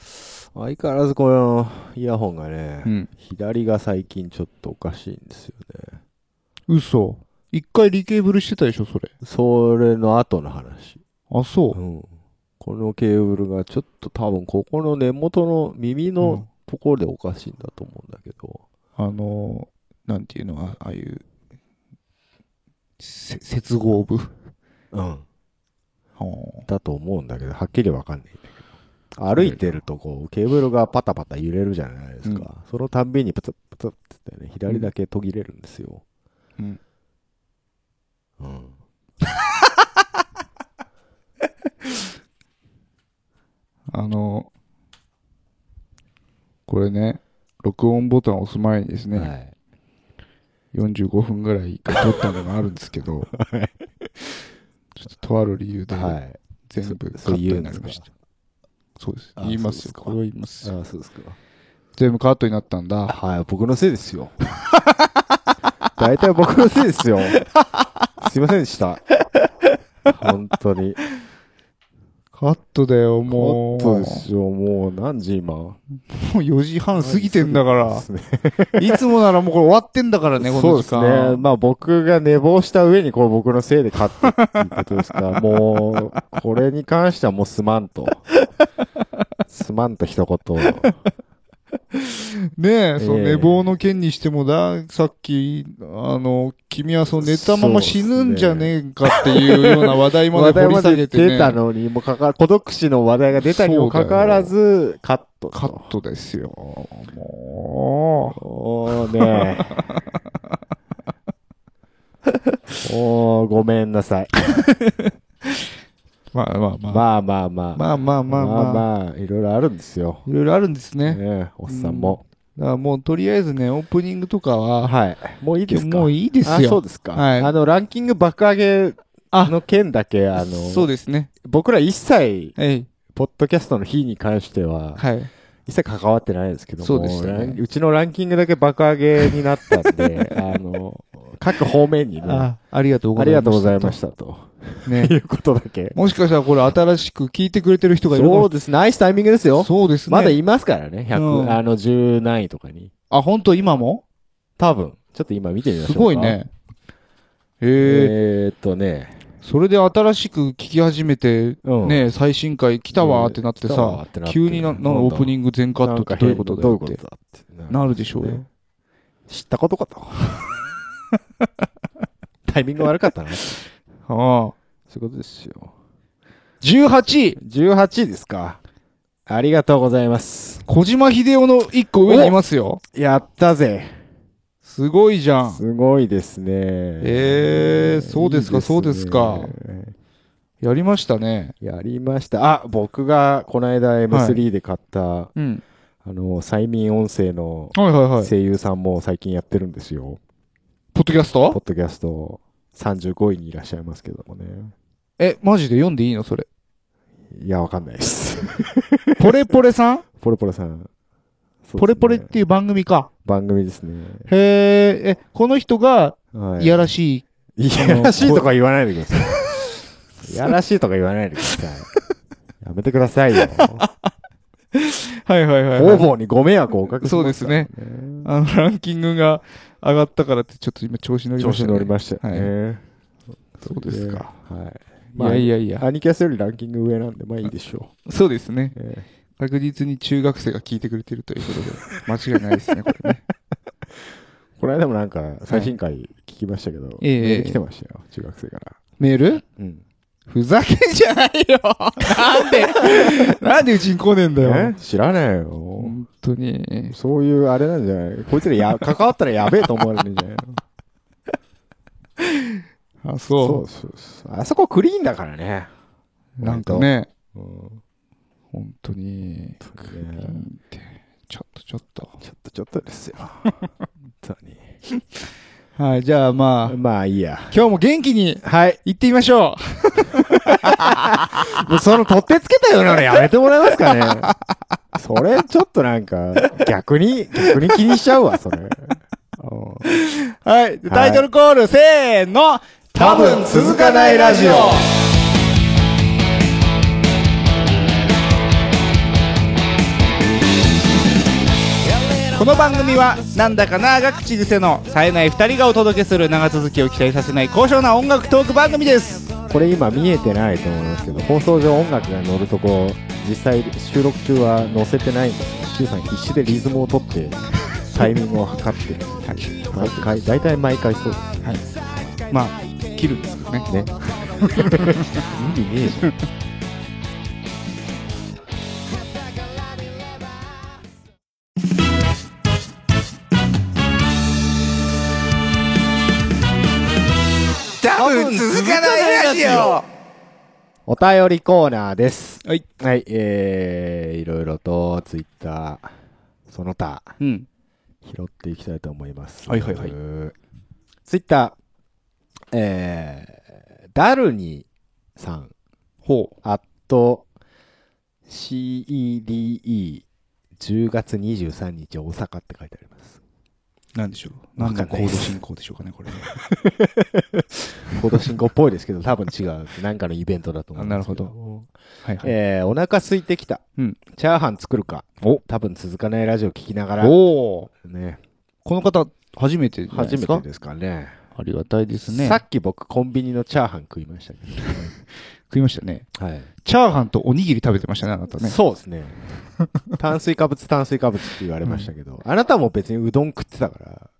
相変わらずこのイヤホンがね、うん。左が最近ちょっとおかしいんですよね。嘘。一回リケーブルしてたでしょ、それ。それの後の話。あ、そうう。ん。このケーブルがちょっと多分ここの根元の耳うのんところでおかしいんだと思うんだけど。あのー、なんていうの、あああいう、せ接合部。うん。はだと思うんだけど、はっきりわかんないんだけど。歩いてるとこう、ケーブルがパタパタ揺れるじゃないですか。そのたんびにプツプツって言ってね、左だけ途切れるんですよ。あうん。うん。あの、これね、録音ボタンを押す前にですね、はい。 45分ぐらい撮ったのがあるんです けど、ちょっととある理由ではい。全部そそカッうト言うんでになすりかました。そうです。あ言いますそうですよ。かこれは言います。ああ、そうですか。全部カットになったんだ。はい、僕のせいですよ。 大体僕のせいです よ。すいませんでした。本当に。カットだよ、も本当でう。すよ。もう何時今もう4時半過ぎてんだかそうですねら。 いつもならもうこれ終わってんだからね、こそうので時すね。間。まあ僕が寝坊した上にこれ僕のせいで勝ったっていうことですから、もう、これに関してはもうすまん と。すまんと一言。ねえ、そのええ寝坊の件にしてもだ、さっき、あの、君はその寝たまま死ぬんじゃねえかっていうような 話題ま話で題掘りま下でげてね。出たのにもかかわらず、孤独死の話題が出たにもかかわらず、カット。カットですよ。もおーねえ。おー、ごめんなさい。う。まあまあまあ。まあまあまあ。まあまあまあまあ。まあいろいろあるんですよ。いろいろあるんですね。ねえ、おっさんも。だからもうとりあえずね、オープニングとかは、はい。もういいですかもういいですあ、そうよ。ですか。はいあの、ランキング爆上げの件だけ、あそうの、ですね。僕ら一切、えい。ポッドキャストの日に関しては、はい。一切関わってないですけども、そうでしたねランうちのランキングだけ爆上げになったん で、あの、各方面にね、ああ、ありがとうございりまがした。とうございましたと。た。ね い。うことだけ。もしかしたらこれ新しく聞いてくれてる人がいるかそうもですね。ナイスタイミングですよ。そうですね。まだいますからね。100、うんあの、10何位とかに。あ、本当今も多分。ちょっと今見てみましょうすか。ごい。ね。えええーっとね。それで新しく聞き始めて、うんね、最新回来たわーってなっ来てたわーさってなっ、て急にな、ななんだオープニング全カットってどういうことだどういようこっとてだって。なるでしょうよ。知ったことかと。 タイミング悪かったな。そああ。ういうことですよ。 18位18位ですか。ありがとうございます。小島秀夫の一個上にいますよ。やったぜ。すごいじゃん。すごいですね。ええーそうですかそうですかやりましたね。やりました。あ、僕がこの間 M3 で買った、うん。あの、催眠音声のはいはいはい。声優さんも最近やってるんですよ。ポッドキャスポトッドキャスト35位にいらっしゃいますけどもね。え、マジで読んでいいのそれ。いや、わかんないです。 ポレポレさんポレポレさん。そうですねポレポレっていう番組か。番組ですね。へえ、え、この人がはい。いやらしい。いやらしいとか言わないでください。いやらしいとか言わないでください。やめてくださいよ。 はいはいは方々にご迷惑をおかけしそうまですすからねね。。あの、ランキングが上がったからって、ちょっと今調子乗り調まし子たね。乗りましたよはいね。そうですか。はい。いやいやいや。アニキャスよりランキング上なんで、まあいいでしょそうですね。う。え確実に中学生が聞いてくれてるという ことで、間違いないですね、これね。えこの間もなんか、最新回聞きましたけど、ええメール来てましたよ、中学生から。メールうん。ふざけんじゃないよなんで、なんでうちに来ねえんだえよ。知らないよ。本当に。そういうあれなんじゃないこいつら や、関わったらやべえと思われるんじゃないのあ、 そうそそうそう。あそこクリーンだからね。う。なんかね、うん。本当に。ってちょっとちょっと。ちょっとちょっとですよ。 本当に。はい、じゃあまあ、まあいいや。今日も元気に、はい、行ってみましょ もうその取ってつけたようなのやめてもらえますかね。それちょっとなんか、逆に、逆に気にしちゃうわ、それ。 うんう。はい、タイトルコール、せーの多分続かないラジオ「この番組はなんだかなーが口癖の冴えない2人がお届けする長続きを期待させない高尚な音楽トーク番組ですこれ今見えてないと思いますけど、放送上音楽が乗るとこ、実際収録中は乗せてないんですよ。Q さん必死でリズムを取 って、タイミングを測って、毎回、大体毎回そうですまあ切るんですよねね。意味ねえじゃん。多分続かないラジオお便りコーナーです。はい。はい、えー、いろいろとツイッター、その他、うん拾っていきたいと思います。はいはいはい。ツイッター、えー、ダルニさん、ほう。アット CEDE10 月23日大阪って書いてあります。なんでしょう。なんのわかコんないーでドす進行でしょうかね、これ。コード進行っぽいですけ ど、多分違う。 なんかのイベントだと思うんですけど。あなるはいはい。えー、お腹空いてきた。うんチャーハン作るか。お多分続かないラジオ聞きながら。おお。ね。この方、初めてじゃない初ですめかてですかね。ありがたいですね。さっき僕コンビニのチャーハン食いましたけ 食いましたね。ど。はい。チャーハンとおにぎり食べてましたね、あなたね。そうですね。 炭水化物、炭水化物って言われましたけど、あなたも別にうどん食ってたから。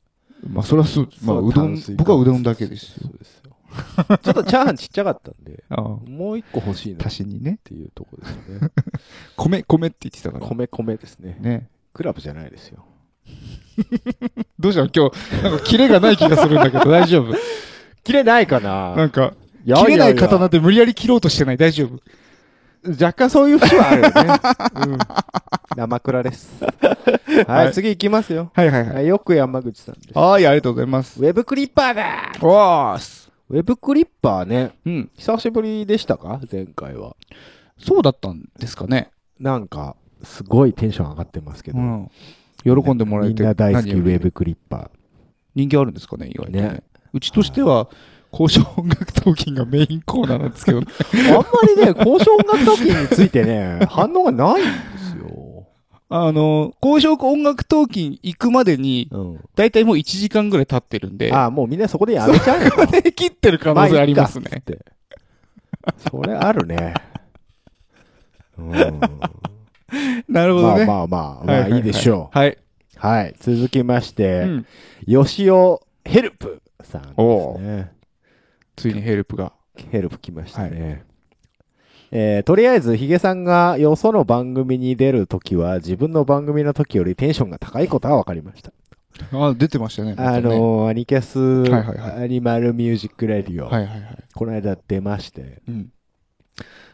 まあ、それはそう。まあ、そううど炭ん水、化僕物はうどんだけですそ。ようですよ。 ちょっとチャーハンちっちゃかったんで、あもう一個欲しいなあ。っ足しにね。ていうとこですよね。米、米って言ってたから。米米ですね。ね。クラブじゃないですよ。どうしたの今日、なんかキレがない気がするんだけ ど、大丈夫。切れないかななんか、いや切れないやや刀で無理やり切ろうとしてない、大丈夫。若干そういう節はあるよね。うん。生クラ です。はい、次行きますよ。はいはい。はいい、よく山口さんです。はい、ありがとうございます。ウェブクリッパーだわーす。ウェブクリッパーね、うん。久しぶりでしたか前回は。そうだったんですかね。なんか、すごいテンション上がってますけど。ん。喜んでもらえみて。んな大好き何ウよりェブクリッパ人気あるんですかね、意外とね。ねうちとしては、交渉音楽トーキンがメインコーナーなんですけど、 ー。あんまりね、交渉音楽トーキングについて ね、反応がないんですよ。あの、交渉音楽トーキン行くまでに、うん。だいたいもう1時間ぐらい経ってるんで、ああ、もうみんなそこでやめちゃうのか。で 切ってる可能性ありますね。って。それあるね。うん、まなるほどあね。まあまあ、まあいいでしょう。はい。う。はい。続きましうて、んよしおヘルプさんですね。ついにヘルプが。ヘルプ来ましたね。えーとりあえず、ヒゲさんがよその番組に出るときは、自分の番組のときよりテンションが高いことは分かりました。あ、出てましたね。なんあかねのーアニキャス、はいはいはいアニマルミュージックレディオ、はいはいはい。この間出まして、うん。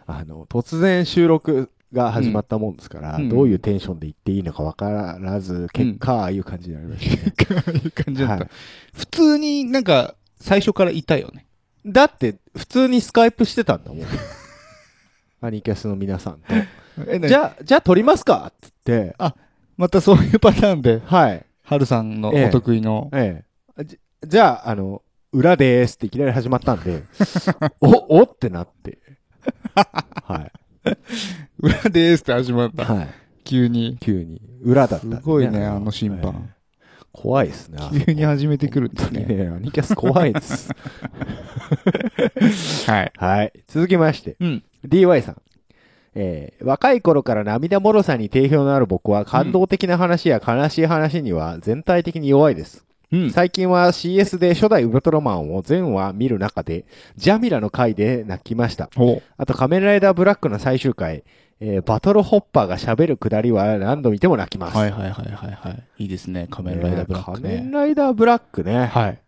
あの、突然収録が始まったもんですから、うんどういうテンションで言っていいのか分からず、結果、ああいう感じになりましたね。 いう感じだった。は普通になんか、最初からいたよね。だって、普通にスカイプしてたん だもん。アニキャスの皆さんと。え、じじゃゃあ、じゃあ撮りますかっつって、またそういうパターンで、はい。ハルさんのええお得意の、ええ。じじゃあ、あの、裏でーすっていきなり始まったん で、お、おってなって。は裏でーすって始まっ い。た。はい。急に。急に。裏だったすんで、ごいね、あの審判。ええ怖いですね。急に始めてくるんで本す当にね。ね、アニキャス怖いです。 はい。はい。続きまして、うん。 DY さん。えー若い頃から涙もろさに定評のある僕は感動的な話や悲しい話には全体的に弱いです。うん。最近は CS で初代ウルトラマンを全話見る中で、ジャミラの回で泣きました。おあと、仮面ライダーブラックの最終回、えーバトルホッパーが喋るくだりは何度見ても泣きます。はいはいはいはいはい。いいですね、仮面ライダーブラック仮面ね。ライダーブラックね。はい。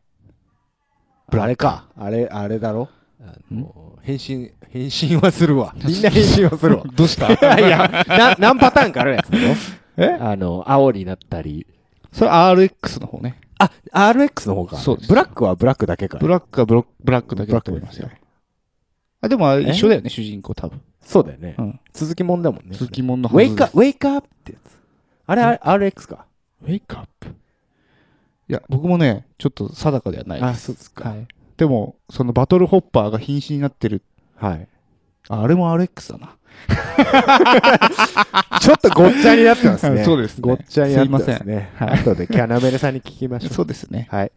あれか。あれ、あれだろあの変身、変身はする わ。みんな変身はするわ。どうした いや、な、何パターンかあるやつだよ。えあの、青になったり。それ RX の方ね。あ、RX の方か。そうですブラックはブラックだけかブ。ラックはブロブラックだけだと思いますよ。あ、でもあれえ一緒だよね、主人公多分。そうだよねう。ん。続きもんだもんね。続きもんのウェイクアップ。プ、ウェイクアップってやつ。あれ、あれ RX か。ウェイクアップ。いや、僕もね、ちょっと定かではないです。そうですは。い。でも、そのバトルホッパーが瀕死になってる。はい。あ、あれも RX だな。ちょっとごっちゃになってますね。 そうですねごっちゃになってますね。すいませんはい後でキャナメルさんに聞きましょう。そうですね。はい。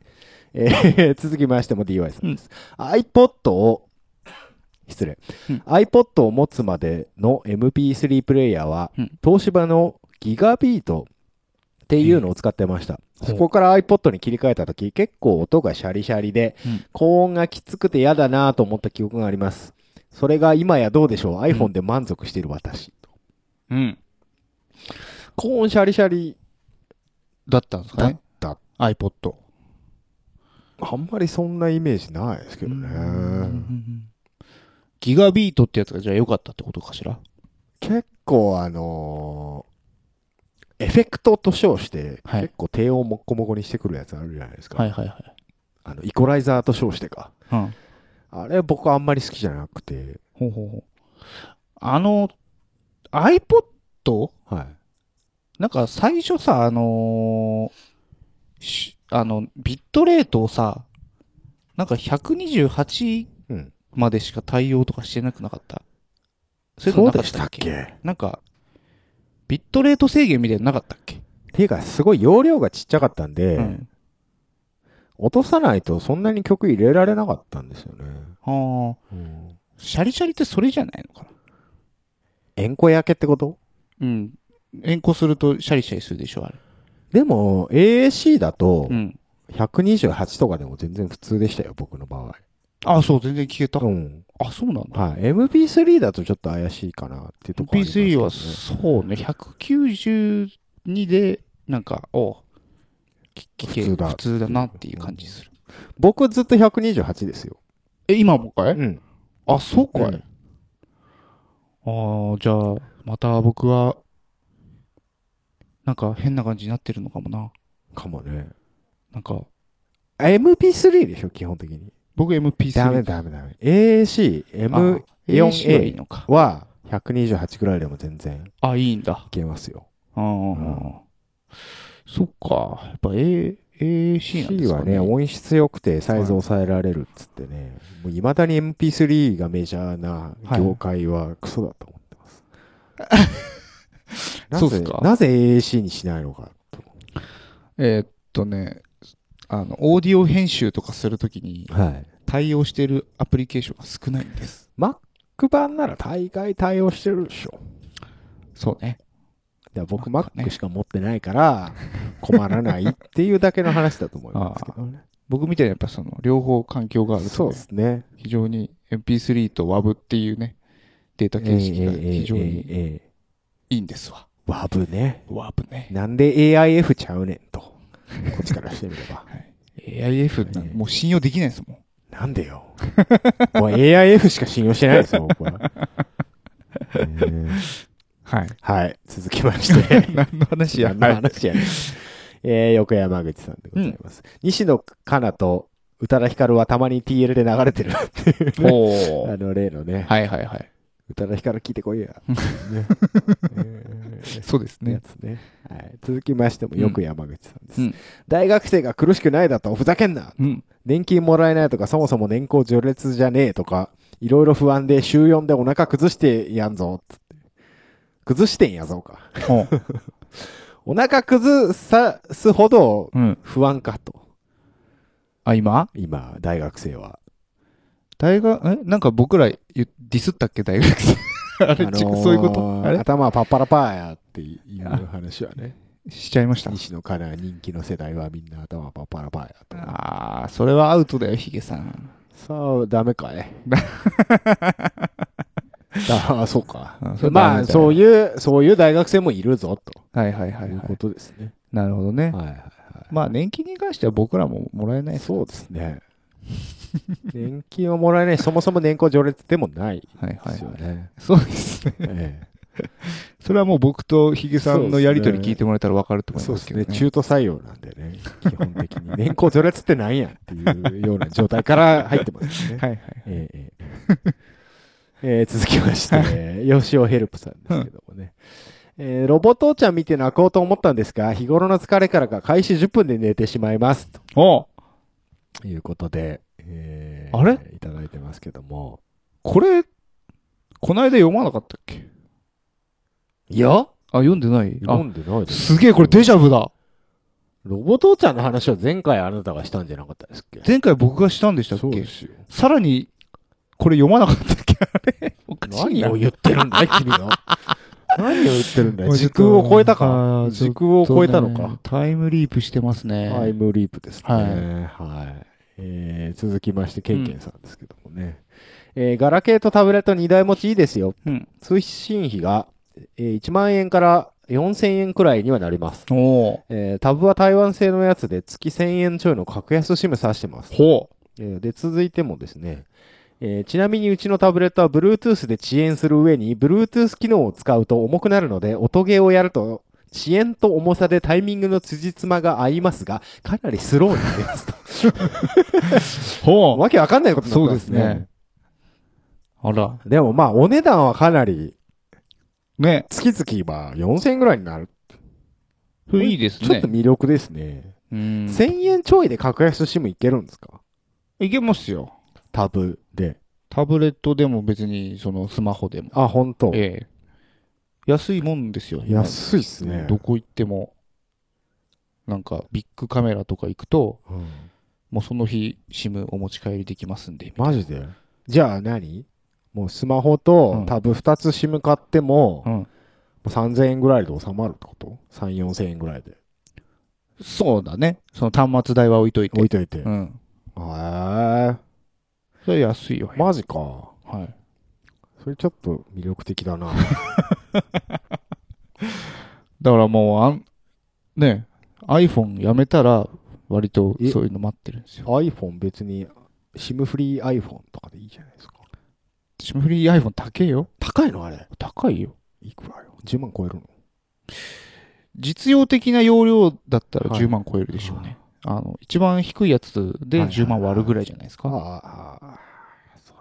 えー 続きましても DY さんです。iPod を、失礼、うん iPod を持つまでの MP3 プレイヤーは、うん東芝のギガビートっていうのを使ってました。うんそこから iPod に切り替えた時、結構音がシャリシャリで、うん高音がきつくて嫌だなぁと思った記憶があります。それが今やどうでしょう ?iPhone で満足している私。うん。高音シャリシャリだったんですかね。だっ iPod。あんまりそんなイメージないですけどね。ギガビートってやつがじゃあ良かったってことかしら結構あのーエフェクトと称して、はい結構低音もっこもこにしてくるやつあるじゃないですか。はいはいはい。あのイコライザーと称してか。うん。あれ僕あんまり好きじゃなくて。ほうほうほう。あの、iPod? はい。なんか最初さ、あのーしあの、ビットレートをさ、なんか128うん。までしか対応とかしてなくなかった。れとそうもなかでしたっけなんか、ビットレート制限みたいなのなかったっけ、ていうか、すごい容量がちっちゃかったんで、うん。落とさないとそんなに曲入れられなかったんですよね。ああ、シャリシャリってそれじゃないのかなえんこ焼けってことうん。変更するとシャリシャリするでしょ、あれ。でも、AAC だとう、ん。 128とかでも全然普通でしたよ、僕の場合。ああ、そう、全然聞けた。うん。あ、そうなんだ。はい。MP3 だとちょっと怪しいかなっていうところありますけどね P3 は、そうね、192で、なんか、おう聞聞け普通だ普通だなっていう感じする。僕ずっと128ですよ。え、今もかいん。あ、そうかい。うんああ、じゃあ、また僕は、なんか変な感じになってるのかもな。かもね。なんか、 MP3 でしょ、基本的に。僕 MP3。ダメダメダメ。AAC、あ AC はいい M4A のか。は128くらいでも全然あ、いいんだい。けますよ。ああ。そっか。やっぱ A、AC なん C ですはかね。ね、音質良くてサイズ抑えられるっつってね、もう未だに MP3 がメジャーな業界はクソだと思ってます。なぜ そうっすかなぜ AAC にしないのかと。えーっとね、あの、オーディオ編集とかするときにはい。対応しているアプリケーションが少ないんです。 Mac 版なら大概対応してるでしょ。そうね。いや僕 Mac ね Mac しか持ってないから困らないっていうだけの話だと思いますけど ね。僕みたいにやっぱその、両方環境があるそとうねですね。非常に MP3 と WAV っていうね、データ形式が非常にええいいんですわ。えワブね。 WAV ね。なんで AIF ちゃうねんと。こっちからしてみれ ば。 AIF なんてもう信用できないですもん。なんでよ。もう AIF しか信用してないですよ、僕は。えーはい。はい、続きまして。 何の話や。何の話やねんえー、横山口さんでございます。西野カナと宇多田ヒカルはたまに TL で流れてるっていうね、おあー。の例のね、はいはいはい。宇多田ヒカル聞いてこいや。ねえーそうですやね。つね。はい。続きましても、よく山口さんです。うん大学生が苦しくないだと、ふざけんなうん。年金もらえないとか、そもそも年功序列じゃねえとか、いろいろ不安で週4でお腹崩してやんぞ、つって。崩してんやぞか。お腹崩さすほどうん。不安かと。あ、今今、大学生は。大学、えなんか僕らゆディスったっけ大学生。 あれ、あのーちそういうことあれ頭はパッパラパーやっていう話はね。しちゃいました。西野カナ人気の世代はみんな頭はパッパラパーやと。ああ、それはアウトだよ、ヒゲさん。さあ、ダメか いああ、そうかあそ。れダまあ、メだよそういう、そういう大学生もいるぞ、とはいはいはいいうはこい。とですね。なるほどね。はいはいはまあ、年金に関しては僕らももらえないい。です。そうです ね。年金はもらえない、そもそも年功序列でもないはいではすいよはい。ね。そうですね。ええそれはもう僕とヒゲさんのやりとり聞いてもらえたら分かると思いそうまですすけどねね。。中途採用なんでね、基本的に。年功序列ってなんやっていうような状態から入ってますね。はいはい。えええええー続きま して、よしおヘルプさんですけどもね。えーロボ父ちゃん見て泣こうと思ったんですが、日頃の疲れからか開始10分で寝てしまいます。とおういうことで、えーあれいただいてますけども。これ、こないだ読まなかったっけいやあ、読んでない読あ、んでないです。すげえ、これデジャブだ。ロボ父ちゃんの話は前回あなたがしたんじゃなかったですっけ前回僕がしたんでしたっけすよ。さらに、これ読まなかったっけあれ おかしい何なを言ってるんだい、君は。 何を言ってるんだもい。うち時ょっと空を超えたかあ。ー時空を超えたのそうねか。タイムリープしてますね。タイムリープですね。はいはい。えー続きまして、ケンケンさんですけどもね。えーガラケーとタブレット2台持ちいいですよ。うん。通信費が、えー1万円から4000円くらいにはなります。おおえータブは台湾製のやつで月1000円ちょいの格安 SIM 挿してます。ほえーで、続いてもですね、えーちなみにうちのタブレットは Bluetooth で遅延する上に、Bluetooth 機能を使うと重くなるので、音ゲーをやると、遅延と重さでタイミングの辻褄が合いますが、かなりスローになりますと。 う。ほわけわかんないことになってますね。そうですねう。あら。でもまあ、お値段はかなり、ね。月々まあ4000円ぐらいになる。それいいですね。ちょっと魅力ですね。うん。 1000円ちょいで格安 SIM いけるんですかいけますよ。タブで。タブレットでも別に、そのスマホでも。あ、本当。ええ。安いもんですよ。今安いっすね。どこ行っても、なんか、ビッグカメラとか行くと、うんもうその日、シムお持ち帰りできますんで。マジでじゃあ何もうスマホとうんタブ2つ SIM 買っても、うもん。う3000円ぐらいで収まるってこと ?3、4000円ぐらいで。そうだね。その端末代は置いといて。置いといて。へうん。え。それ安いよ。マジか。はい。それちょっと魅力的だ な。だからもう、あん、ね、iPhone やめたら、割とえそういうの待ってるんですよ。 iPhone 別に SIM フリー iPhone とかでいいじゃないですか。シムフリー iPhone 高えよ。高いのあれ。高いよ。いくらよ。10万超えるの。実用的な容量だったらはい10万超えるでしょうね。あの、一番低いやつではいはいはい10万割るぐらいじゃないですか。ああ、そ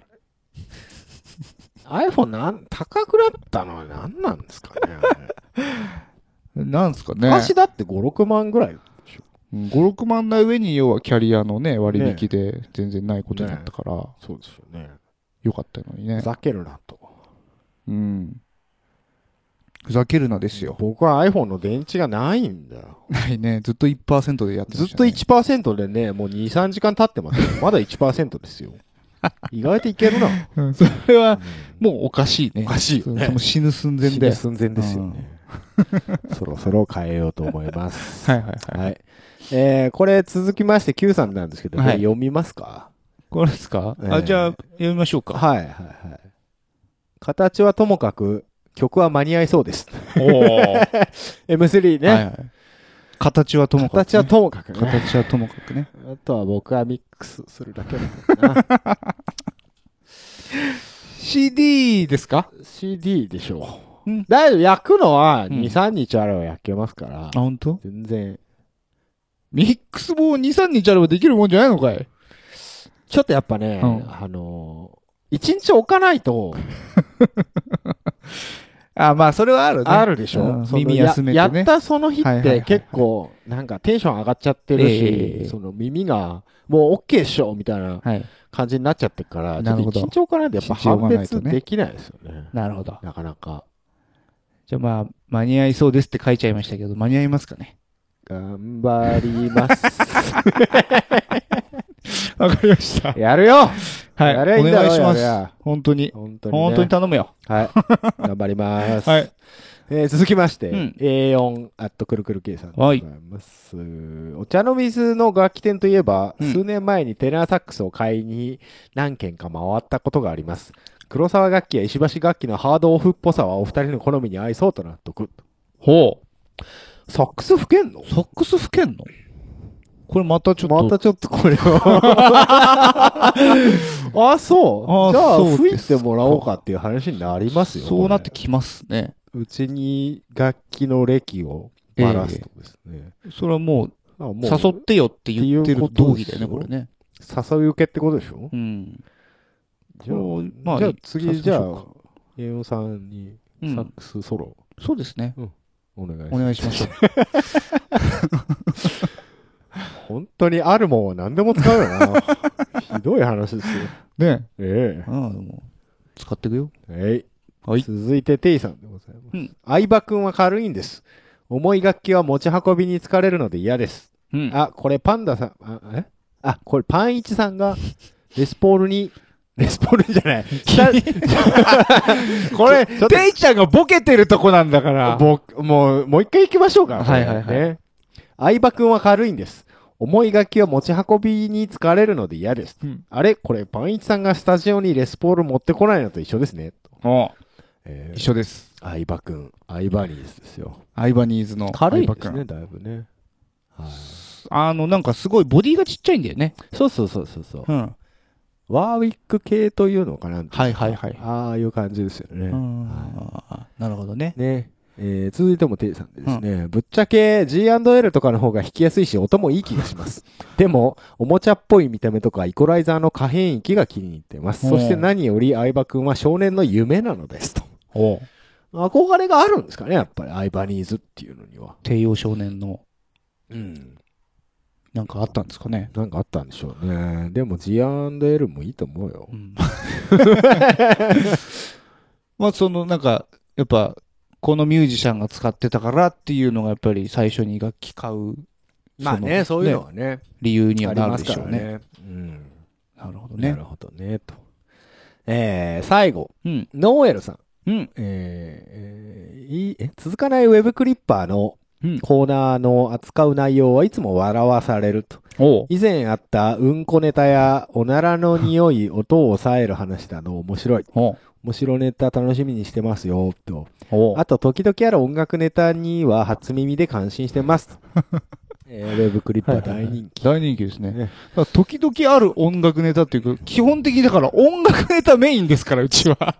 れ。iPhone なん、高くなったのは何なんですか ね。あれなんですかね。昔だって5、6万ぐらいでしょ。うん5、6万な上に、要はキャリアのね、割引で全然ないことになったから、そうですよね。よかったのふにね。ざけるなと。うん。ふざけるなですよ。僕は iPhone の電池がないんだよ。ないね。ずっと1%でやってずまっしたとね1%でね、もう2、3時間経ってますよ。 まだ1%ですよ。意外といける な。うんそれは、もうおかしいね。おかしいよねその死ぬ寸前全で。然寸前ですよね。 そろそろ変えようと思います。はいはいはい。 はい。えー、これ続きまして Q さんなんですけど、これはい読みますかこれですか、ええあ、じゃあ、読みましょうか。はいはいはい。形はともかく、曲は間に合いそうです。おー M3 ね。はいはい。形はともかく、ね。形はともかくね、形はともかくね。あとは僕はミックスするだけだな。 CD ですか CD でしょう。うんだいぶ焼くのはん2、3日あれば焼けますから、あ、本当？全然。ミックスも2、3日あればできるもんじゃないのかいちょっとやっぱね、うんあのー、1日置かないと、あ、まあ、それはあるね。あるでしょ、うんその耳休めてねや。やったその日はっいはいはいてはい結構、なんかテンション上がっちゃってるし、ええええその耳が、もう OK っしょみたいなはい。感じになっちゃってるから、ちょなっとるほど1日置かないとやっぱ一日置判かないと別ねできないですよね。なるほど。なかなか。じゃあまあ、間に合いそうですって書いちゃいましたけど、間に合いますかね。頑張り ます。わかりました。やるよはい。やればいいんおだろ願いしまやれすば。本当に。本当に、ね。本当に頼むよ。はい。 頑張ります。はい。えー続きまして、うん A4 アットくるくる K さんでござはいいます。お茶の水の楽器店といえば、うん数年前にテナーサックスを買いに何軒か回ったことがあります。黒沢楽器や石橋楽器のハードオフっぽさはお二人の好みに合いそうと納得。ほサックス吹けんのう。サックス吹けんのこれまたちょっと。またちょっと これは。あ、そう。あじゃあそう吹でいすかてもらおうかっていう話になりますよ。そうなってこきますね。れうちに楽器の歴をバラすとですね。それはもう、あもう誘ってよって言ってる道義だっていよね、うこことれですね。誘い受けってことでしょうん。じゃあこうまあじゃあいい次させましじゃあょエオさんにうサかうッん。クスソロそうですね。お願いしおます。願いしましょう。本当にある もんは何でも使うよな。ひどい話ですよ。ねええああ、もう。使っていくよ。はい。はい続いて、テイさんでございます。うん相葉くんは軽いんです。重い楽器は持ち運びに疲れるので嫌です。うん。あ、これパンダさん、あ、えあ、これパンイチさんが、レスポールに、レスポールじゃない。 これ、ょっとていちゃんがボケてるとこなんだから。僕、もう、もう一回行きましょうか。はいはいはいこれね相葉くんは軽いんです。重い楽器は持ち運びに疲れるので嫌です。うんあれこれ、パンイチさんがスタジオにレスポール持ってこないのと一緒ですね。とおえー一緒です。相葉くん、相葉ニーズですよ。アイバニーズの。軽い相で葉す君ね、だいぶね。はい、あの、なんかすごいボディがちっちゃいんだよね。そうそうそうそうそう、うん。ワーウィック系というのかなはいはいはい。ああいう感じですよね。うんは。なるほどね。ね。えー続いてもテイさんでですね、ぶっちゃけ G&L とかの方が弾きやすいし音もいい気がします でもおもちゃっぽい見た目とかイコライザーの可変域が気に入ってますおうそして何より相葉くんは少年の夢なのですとお憧れがあるんですかねやっぱり相葉ニーズっていうのには帝王少年の、うんなんかあったんですかね。なんかあったんでしょうねでも G&L もいいと思うようん。 まあ、その、なんか、やっぱ、このミュージシャンが使ってたからっていうのが、やっぱり最初に楽器買うまあねそういうのはね理由にあはりなまるすかでしょらうね。ねうんなるほどなねる。ほどねとえー最後うん。ノーエルさんうん。えーえーいいえ続かないウェブクリッパーのうん。コーナーの扱う内容はいつも笑わされると。おう。以前あったうんこネタやおならの匂い、音を抑える話など面白い。おう。面白ネタ楽しみにしてますよ、と。おう。あと、時々ある音楽ネタには初耳で感心してます と。えーウェブクリッパー大人気。大人気ですね。ねだから時々ある音楽ネタっていうか、基本的にだから音楽ネタメインですから、うちは。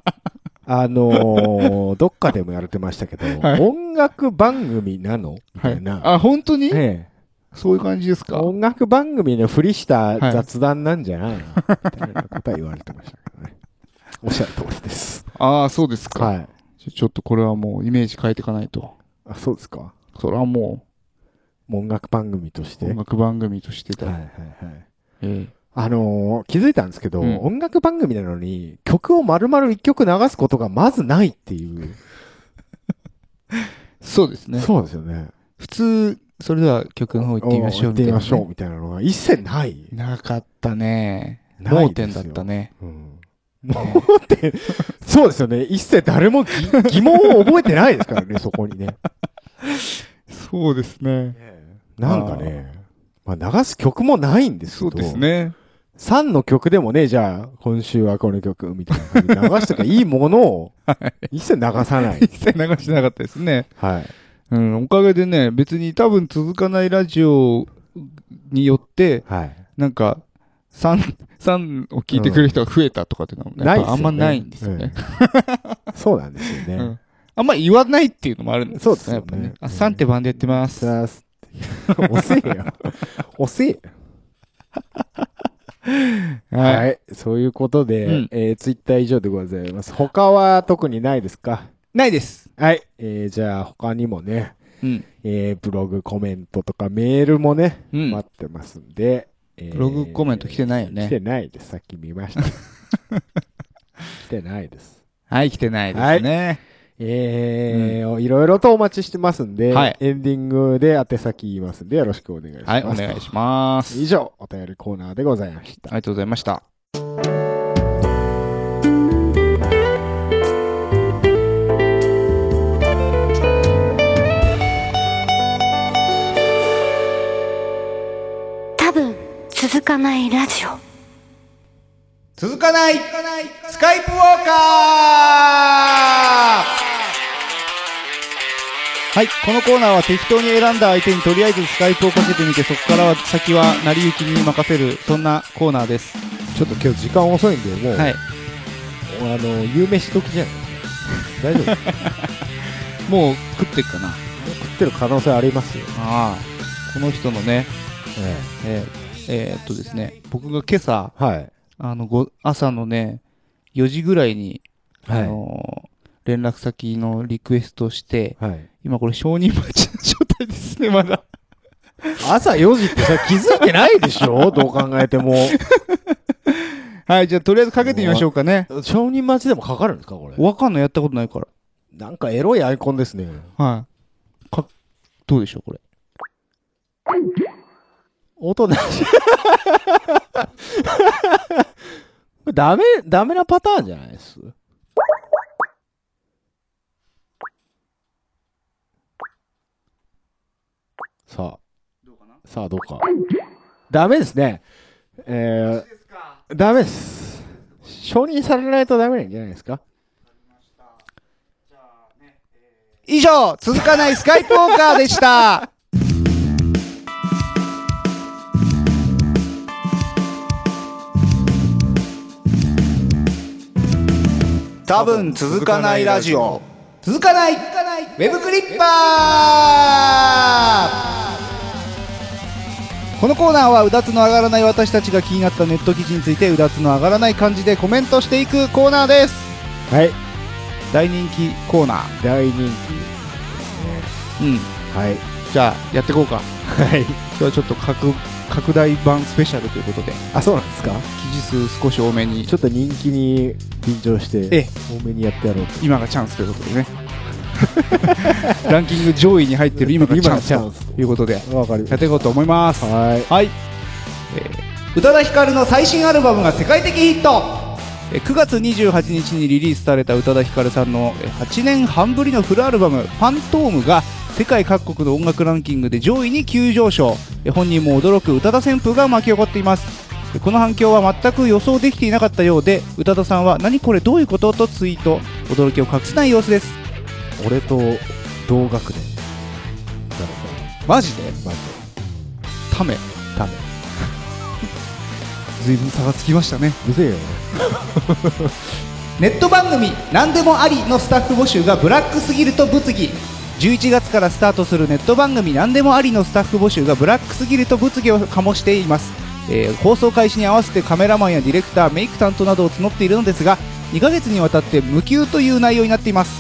あのー どっかでもやれてましたけど、はい音楽番組なのみたいな。あ、本当にええそういう感じですか。音楽番組のふりした雑談なんじゃ ないの、みたいなことは言われてましたけどね。おっしゃる通りです。ああ、そうですか、はい。ちょ。ちょっとこれはもうイメージ変えていかないと。あ、そうですか。それはも音楽番組として。うは音い楽番組としてだ。はいはい。ええあのー気づいたんですけど、うん音楽番組なのに曲を丸々一曲流すことがまずないっていう。そうですね。そうですよね。普通、それでは曲の方行ってみましょうおー行ってみましょうみみたいなのが一切ない。たいなねなかったね。ない盲で点すよだったね。うん。もうって、そうですよね。一切誰もぎ疑問を覚えてないですからね、そこにね。 そうですね。なんかね、まあ流す曲もないんですけそど。うです。ね。 3の曲でもね、じゃあ、今週はこの曲みたいな感じで流しとかいいものを、一切流さない。一切流してなかったですね。はい。うん、おかげでね、別に多分続かないラジオによって、はい。なんか、3、三を聞いてくれる人が増えたとかっていうのはね、ないですやっぱよ、ね。あんまないんですよね。うん。そうなんですよね。うんあんま言わないっていうのもあるんですそうよですよねやっぱうんね。あ、3ってバンドやってます。さあ、す遅えよ。遅えよ。はい。はい。そういうことで、うんえー、ツイッター以上でございます。他は特にないですかないです。はい。えー、じゃあ、他にもね、うん。えー、ブログコメントとかメールもね、うん待ってますんで、えーブログコメント来てないよね来てないです。さっき見ま した。来てないです。はい、来てないですね。えーいろいろとお待ちしてますんで、はいエンディングで宛先言いますんで、よろしくお願いします。はい、お願いします。以上、お便りコーナーでございました。ありがとうございました。多分続かないラジオ続かないスカイプウォーカーはい。このコーナーは適当に選んだ相手にとりあえずスカイプをかけてみて、そこからは先は成り行きに任せる、そんなコーナーです。ちょっと今日時間遅いんで、もう、はい。あの、夕飯時じゃん。大丈夫食もう食ってっかな。ってる可能性ありますよ。ああ。この人のね、ええーえーっとですね、僕が今朝、えはい。あのご朝のね、4時ぐらいに、はいあのー連絡先のリクエストをして、はい。今これ承認待ちの状態ですね、まだ。 朝4時ってさ、気づいてないでしょどう考えても。はい、じゃあとりあえずかけてみましょうかね。承認待ちでもかかるんですかこれ。わかんない、やったことないから。なんかエロいアイコンですね。はい。か、どうでしょう、これ。音出し。これ ダメ、ダメなパターンじゃないです。さあ。さあ、どうか。ダメですね。えー、ダメです。承認されないとダメなんじゃないですか以上、続かないスカイポーカーでした。多分続かないラジオ。続かない、続かない、ウェブクリッパーこのコーナーはうだつの上がらない私たちが気になったネット記事についてうだつの上がらない感じでコメントしていくコーナーです。はい。大人気コーナー。大人気。うん。はい。じゃあ、やっていこうか。はい。今日はちょっと拡拡大版スペシャルということであ、そうなんですか記事数少し多めにちょっと人気に便乗して、ええ多めにやってやろうと。今がチャンスということでねランキング上位に入ってる今がチャン今がスチャンスということでわかりまやっていこうと思いますす。はい。はい、えー宇多田ヒカルの最新アルバムが世界的ヒットえー9月28日にリリースされた宇多田ヒカルさんのえー8年半ぶりのフルアルバム「ファントーム」が世界各国の音楽ランキングで上位に急上昇えー本人も驚く宇多田旋風が巻き起こっていますえーこの反響は全く予想できていなかったようで宇多田さんは「何これどういうこと?」とツイート驚きを隠せない様子です俺と同学年だろマジでうなまずためため随分差がつきましたねうぜえよネット番組「何でもあり」のスタッフ募集がブラックすぎると物議11月からスタートするネット番組「何でもあり」のスタッフ募集がブラックすぎると物議を醸しています、えー放送開始に合わせてカメラマンやディレクターメイク担当などを募っているのですが2ヶ月にわたって無給という内容になっています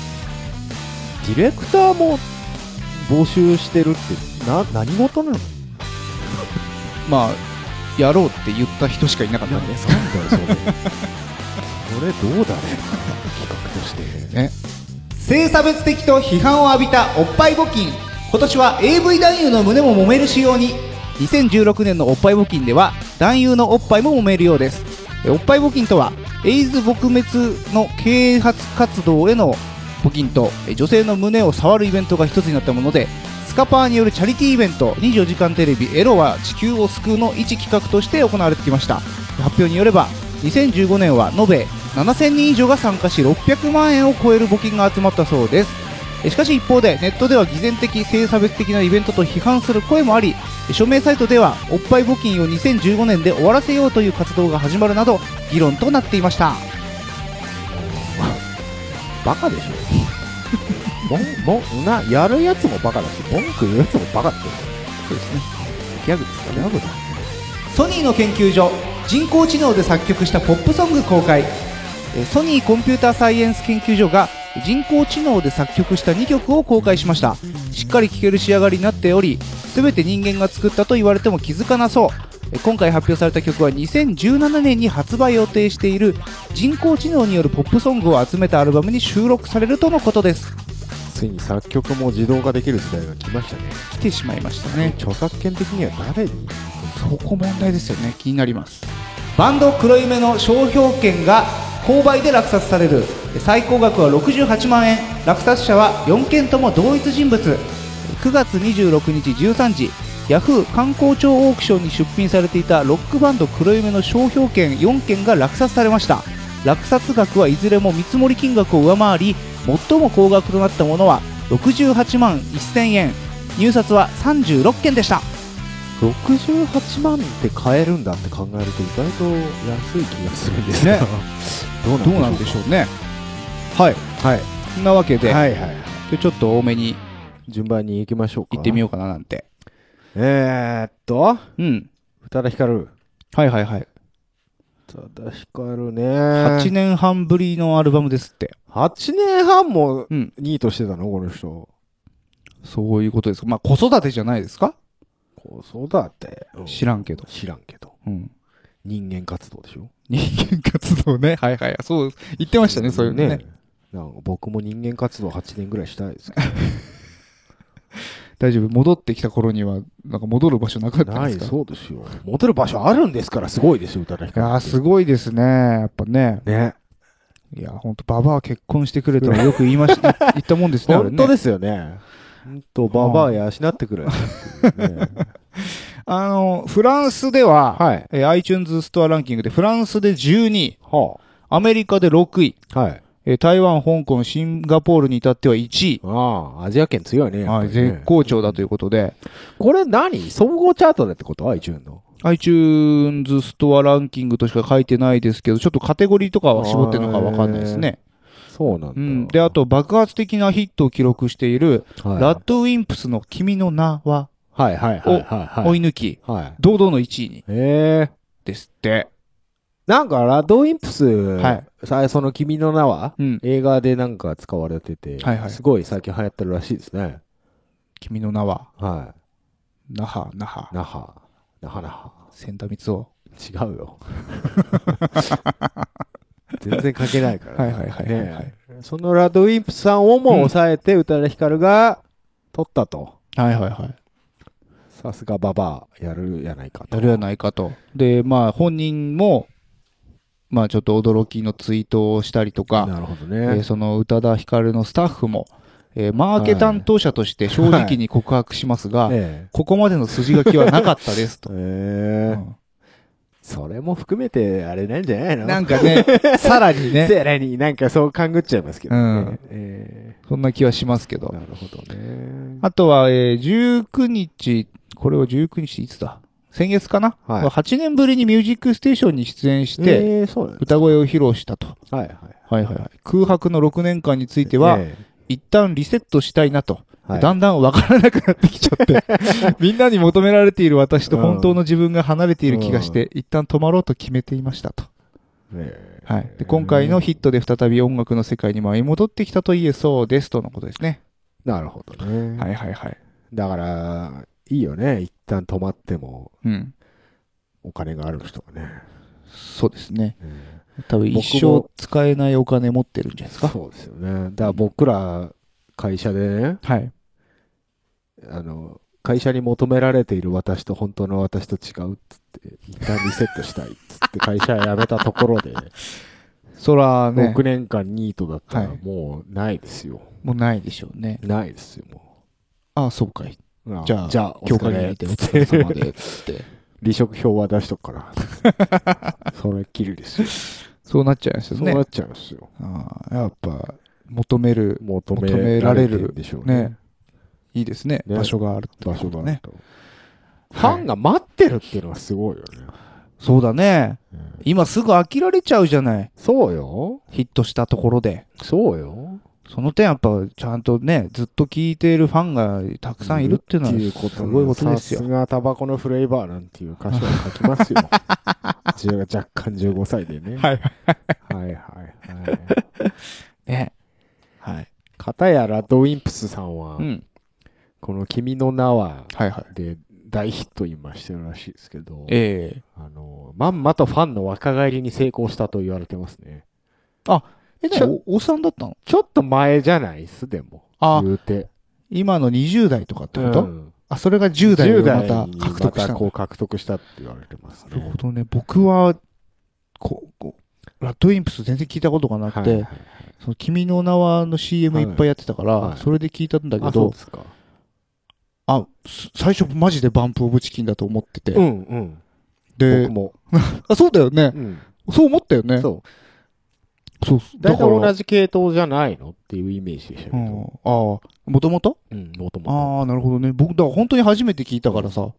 ディレクターも募集してるってな何事なのまあやろうって言った人しかいなかったんですなんだよそれそれどうだろう企画としてね性差別的と批判を浴びたおっぱい募金今年は AV 男優の胸も揉める仕様に2016年のおっぱい募金では男優のおっぱいも揉めるようですえおっぱい募金とはエイズ撲滅の啓発活動への募金とえ女性の胸を触るイベントが一つになったものでスカパーによるチャリティーイベント『24時間テレビエロは地球を救う』の一企画として行われてきました発表によれば2015年は延べ7000人以上が参加し600万円を超える募金が集まったそうですえしかし一方でネットでは偽善的性差別的なイベントと批判する声もあり署名サイトではおっぱい募金を2015年で終わらせようという活動が始まるなど議論となっていましたバカでしょもんもんなやるやつもバカだし文句言うやつもバカだしそうですねギャグですかギャグだソニーの研究所人工知能で作曲したポップソング公開えーソニーコンピューターサイエンス研究所が人工知能で作曲した2曲を公開しましたしっかり聴ける仕上がりになっており全て人間が作ったと言われても気づかなそうえー今回発表された曲は2017年に発売予定している人工知能によるポップソングを集めたアルバムに収録されるとのことですついに作曲も自動化できる時代が来ましたね来てしまいましたね著作権的には誰にそこ問題ですよね気になりますバンド黒夢の商標権が購買で落札される最高額は68万円落札者は4件とも同一人物9月26日13時ヤフー観光庁オークションに出品されていたロックバンド黒夢の商標権4件が落札されました落札額はいずれも見積もり金額を上回り最も高額となったものは68万1000円入札は36件でした68万って買えるんだって考えると意外と安い気がするんですが、ね どうどうなんでしょうねはいはいそんなわけで、はいはい今日ちょっと多めに順番に行きましょうか行ってみよようかななんてうえー、っとうん宇多田ヒカルはいはいはい、宇多田ヒカルね8年半ぶりのアルバムですって8年半もうん2位としてたのこの人そういうことですまあ子育てじゃないですか子育て知らんけど、知らんけどうん、人間活動でしょ人間活動ね。 はいはい。そう、言ってましたね、そういうのね。なんか僕も人間活動8年ぐらいしたいですけ大丈夫。戻ってきた頃には、なんか戻る場所なかっど。たんなでい、すかそうですよ。モテる場所あるんですから、すごいですよ、宇多田ヒいやー、すごごいですね。やっぱね。い。ね。いや、ほんと、ババア結婚してくれとはよく言いました、 言ったもんですね、あれ本ね。当ですよね。本当、ババア養ってくれ。ねあの、フランスで は、はい。えー iTunes ストアランキングでフランスで12位、はアメリカで6位、あ。はい。えー台湾、香港、シンガポールに至っては1ああ、アジア圏強いね。や位。っぱはい、りね絶好調だということで、これ何総合チャートでってこと ?iTune の。 iTunes ストアランキングとしか書いてないですけど、ちょっとカテゴリーとかは絞ってるのかわかんないですね。そうなんだ。うん。で、あと爆発的なヒットを記録している、はい、ラッドウィンプスの君の名ははいはいはいはい、は追いい。抜き、はい。堂々の1位に、ええですって。なんか、ラッドウィンプス、はいさその君の名は、うん。映画でなんか使われてて、はいはいすごい最近流行ってるらしいですね。君の名は、は那覇、那覇い。、那覇。那覇那覇。千田光夫。違うよ。全然関係ないから、はいはいはいはいはいねえそのラッドウィンプスさんをも抑えて、宇多田ヒカルが取ったと。はいはいはい。さすがババア、やるやないかと。やるやないかと。で、まあ本人も、まあちょっと驚きのツイートをしたりとか、なるほどえね。ーその宇多田ヒカルのスタッフも、えーマーケ担当者として正直に告白しますが、えここまでの筋書きはなかったですえと。 ええうそれも含めて、あれなんじゃないのん、なんかね、さらに ね、さらになんかそう勘ぐっちゃいますけどね。うんえそんな気はしますけーど。なるほどね。あとは、えー19日、これは19日いつだ先月かな、はい8年ぶりにミュージックステーションに出演して、で、そうなんです歌声を披露したと。はいはい。はいはいはい。空白の6年間については、え一旦リセットしたいなと。えはいだんだんわからなくなってきちゃ って、みんなに求められている私と本当の自分が離れている気がして、一旦止まろうと決めていましたと。ええはい。で、今回のヒットで再び音楽の世界に舞い戻ってきたと言えそうですとのことですね。なるほどね。はいはいはい。だから、いいよね。一旦止まっても、うん。お金がある人がね。そうですね。え多分僕も一生使えないお金持ってるんじゃないですえか。そうですよね。だから僕ら、会社でね、はい。あの、会社に求められている私と本当の私と違うっつって、一旦リセットしたいっつって会社辞めたところ で、そらね6、年間ニートだったらはいもうないですよ。もうないでしょうね。ないですよ、もああ、そうかい。う。じゃあ、じゃあ、今日限りでお疲れ様で。 って。離職票は出しとくから。 それっきりですよ。 そうなっちゃいますよそうねな。っちゃいますよ。ああ、やっぱ、求める、求求めめらられれるるんでしょうねね。。いいですね。ね場所があるってこ場と所がねね。。ファンが待ってるっていうのはすごいよね。そうだね。うん今すぐ飽きられちゃうじゃない。そうよ。ヒットしたところで。そうよ。その点やっぱ、ちゃんとね、ずっと聞いているファンがたくさんいるっていうのっていうは、こすとごいことですさすよ。がタバコのフレーバーなんていう歌詞を書きます よ。自分が若干15歳でね。ははいいはいはい。ね。はい。片やラッドウィンプスさんは、うん。この君の名ははいはい。で大ヒット今してるらしいですけど、ええあの、まんまとファンの若返りに成功したと言われてますね。え、じゃあ、おおっさんだったのちょっと前じゃないっす、でも。あ言うて。今の20代とかってこと、うんあ、それが10代を10ま代たに獲得したまのこう獲得したって言われてます、ね。なるほどね。僕は、ここう、ラッドウィンプス全然聞いたことがなくて、はいはいその君の名はの CM はいいっぱいやってたから、はいそれで聞いたんだあ、けそうどで、すか。あす最初マジでバンプオブチキンだと思ってて、うんうん。で僕、も。あ、そうだよね。うん。そう思ったよね。そうそそう。う。大体同じ。じ系統じゃないのっていうイメージでしたけうど。ん、ああ、もともとうん、もともと。ああ、なるほどね。僕、だから本当に初めて聞いたからさ、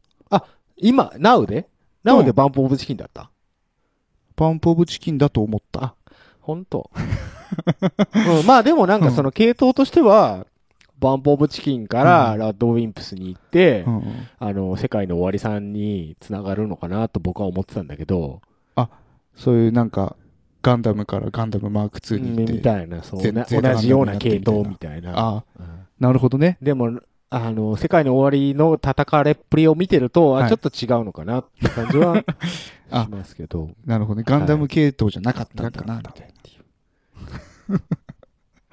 今、Now で ?Now でバンプオブチキンだったバンプオブチキンだと思った。本当 うん、まあでもなんかその系統としては、バンプオブチキンからラッドウィンプスに行って、うんうんあの、世界の終わりさんに繋がるのかなと僕は思ってたんだけど、そういうなんか、ガンダムからガンダムマーク2に行って。みたいな、そう、ゼなゼータ同じような系ガンダ統ムになっみたいな。ああ、うんなるほどね。でも、あの、世界の終わりの叩かれっぷりを見てると、あ、はいちょっと違うのかなって感じ はあしますけど。なるほどね。ガンダム系統じゃなかったんだな、なみかったったいな。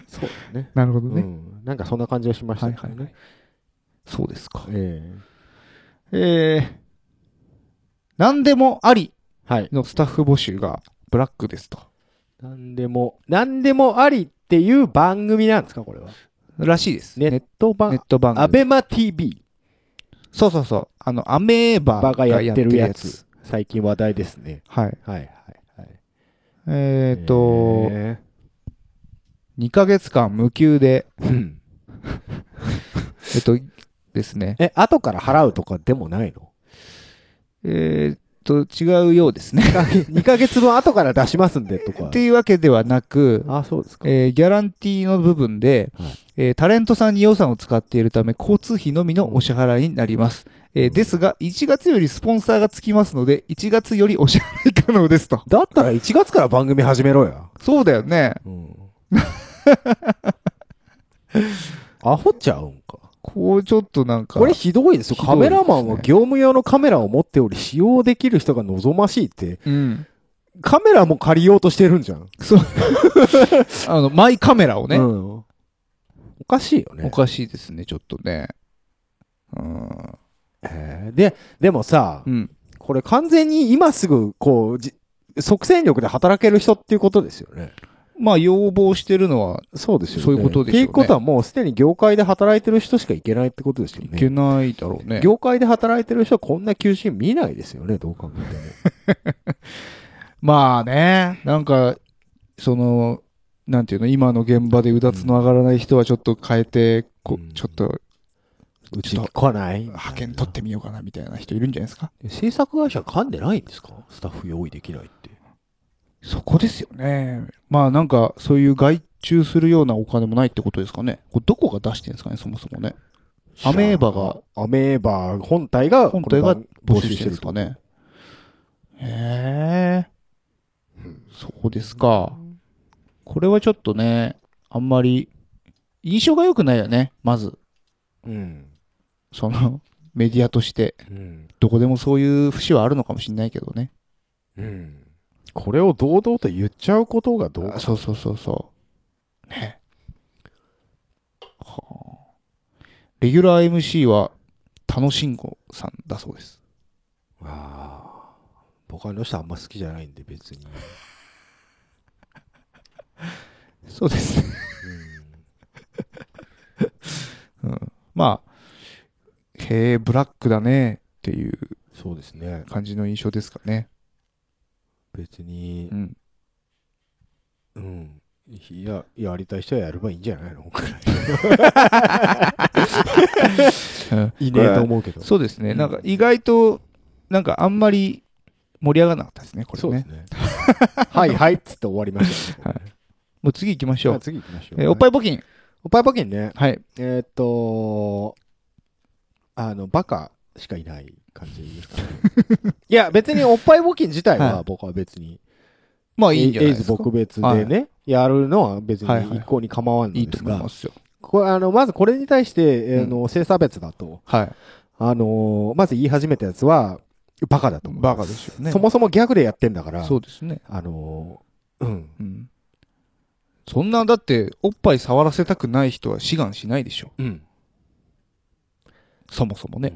そうだね。なるほどうね。ん。なんかそんな感じがしましたけどね。はいはいそうですか。ええー、なんでもありえはい。のスタッフ募集がブラックですと。なんでも、なんでもありっていう番組なんですか、これは。らしいです。ネットネッ版、ト番ア組。ベマ TV そうそうそう。あの、アメーババががややっっててるるややつつ。。最近話題ですね。はい。はいはいはい。ええっと、え2ヶ月間無給で、うん えっと、ですね。え、後から払うとかでもないのえーっと、違うようですね。 2ヶ月分後から出しますんでとかって。いうわけではなく、あ、そうですか。えーギャランティーの部分で、はいえータレントさんに予算を使っているため、交通費のみのお支払いになります。えーですが、1月よりスポンサーがつきますので、1月よりお支払い可能ですと。 だったら1月から番組始めろや。そうだよね。うん。 アホちゃうんか。こう、ちょっとなんか。これひどいですよ。ひどいカメラマンですはね業務用のカメラを持っており、使用できる人が望ましいって、うん。カメラも借りようとしてるんじゃん。そう。あの、マイカメラをね。うんおかしいよねお。かしいですね、ちょっとね。うん。へえで、でもさ、うん。これ完全に今すぐ、こう、じ即戦力で働ける人っていうことですよね。まあ、要望してるのはそうですよね。そういうことでしょうねっていうことはもうすでに業界で働いてる人しかいけないってことですよね。いけないだろうね。業界で働いてる人はこんな求心見ないですよね、どう考 えても。まあね、なんか、その、なんていうの、今の現場でうだつの上がらない人はちょっと変えて、こうんちょっとうちに来ない派遣取ってみようかなみたいな人いるんじゃないですか。制作会社噛んでないんですかスタッフ用意できないって。そこですよね。まあなんか、そういう外注するようなお金もないってことですかね。これどこが出してるんですかね、そもそもね。アメーバが、アメーバ本体が、本体がこの募番集してるんですか。ね。へえ。そうですか。これはちょっとね、あんまり印象が良くないよね、まず。うん。その、 メディアとして、うん。どこでもそういう節はあるのかもしれないけどね。うん。これを堂々と言っちゃうことがどうあそうそうそうそう。ね。はあ。レギュラー MC は、楽しんごさんだそうです。ああ。僕はあの人あんま好きじゃないんで別に。そうです ね。うん。まあ、へえ、ブラックだね、っていうそうですね。感じの印象ですかね。別にう、ん。うん。いや、やりたい人はやればいいんじゃないのくらい。 いねえと思うけど。そうですね。なんか意外と、なんかあんまり盛り上がらなかったですね、これね。そうですね。 はいはいっつって終わりました ね。はいもう次行きましじょゃあう。次行きましょう。えーおっぱい。い募金。おっぱい募金ね。はい。えーっと、あの、バカしかいない感じですかね。 いや、別におっぱい募金自体ははい僕は別に、まあエいいんじゃないイでズすか。僕別でね、やるのは別はいはいはにい一向に構わんのいいでとす思いがま、すよ。これあの、まずこれに対して、あの、性差別だと、はい。あのーまず言い始めたやつは、バカだと思う。バカですよね。そもそもギャグでやってんだから、そうですね。あのーうん。うん。そんな、だって、おっぱい触らせたくない人は志願しないでしょ。うん。そもそもね。う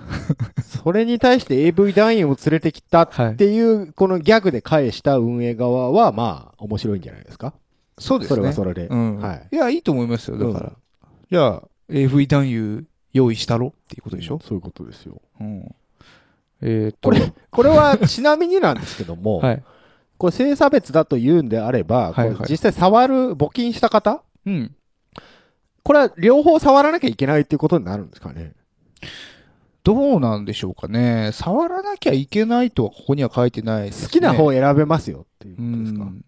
ん。 それに対して AV 団員を連れてきたっていう、このギャグで返した運営側は、まあ、面白いんじゃないですか。そうですね。それはそれで。うん。はい。いや、いいと思いますよ。だから。うんじゃあ、AV 男優用意したろっていうことでしょ。そういうことですよ。うん。えーっと。これ、これはちなみになんですけども、はい。これ性差別だと言うんであれば、これはいはい実際触る、募金した方うん。これは両方触らなきゃいけないっていうことになるんですかね。どうなんでしょうかね。触らなきゃいけないとはここには書いてないですね、好きな方を選べますよっていううことですか。ん。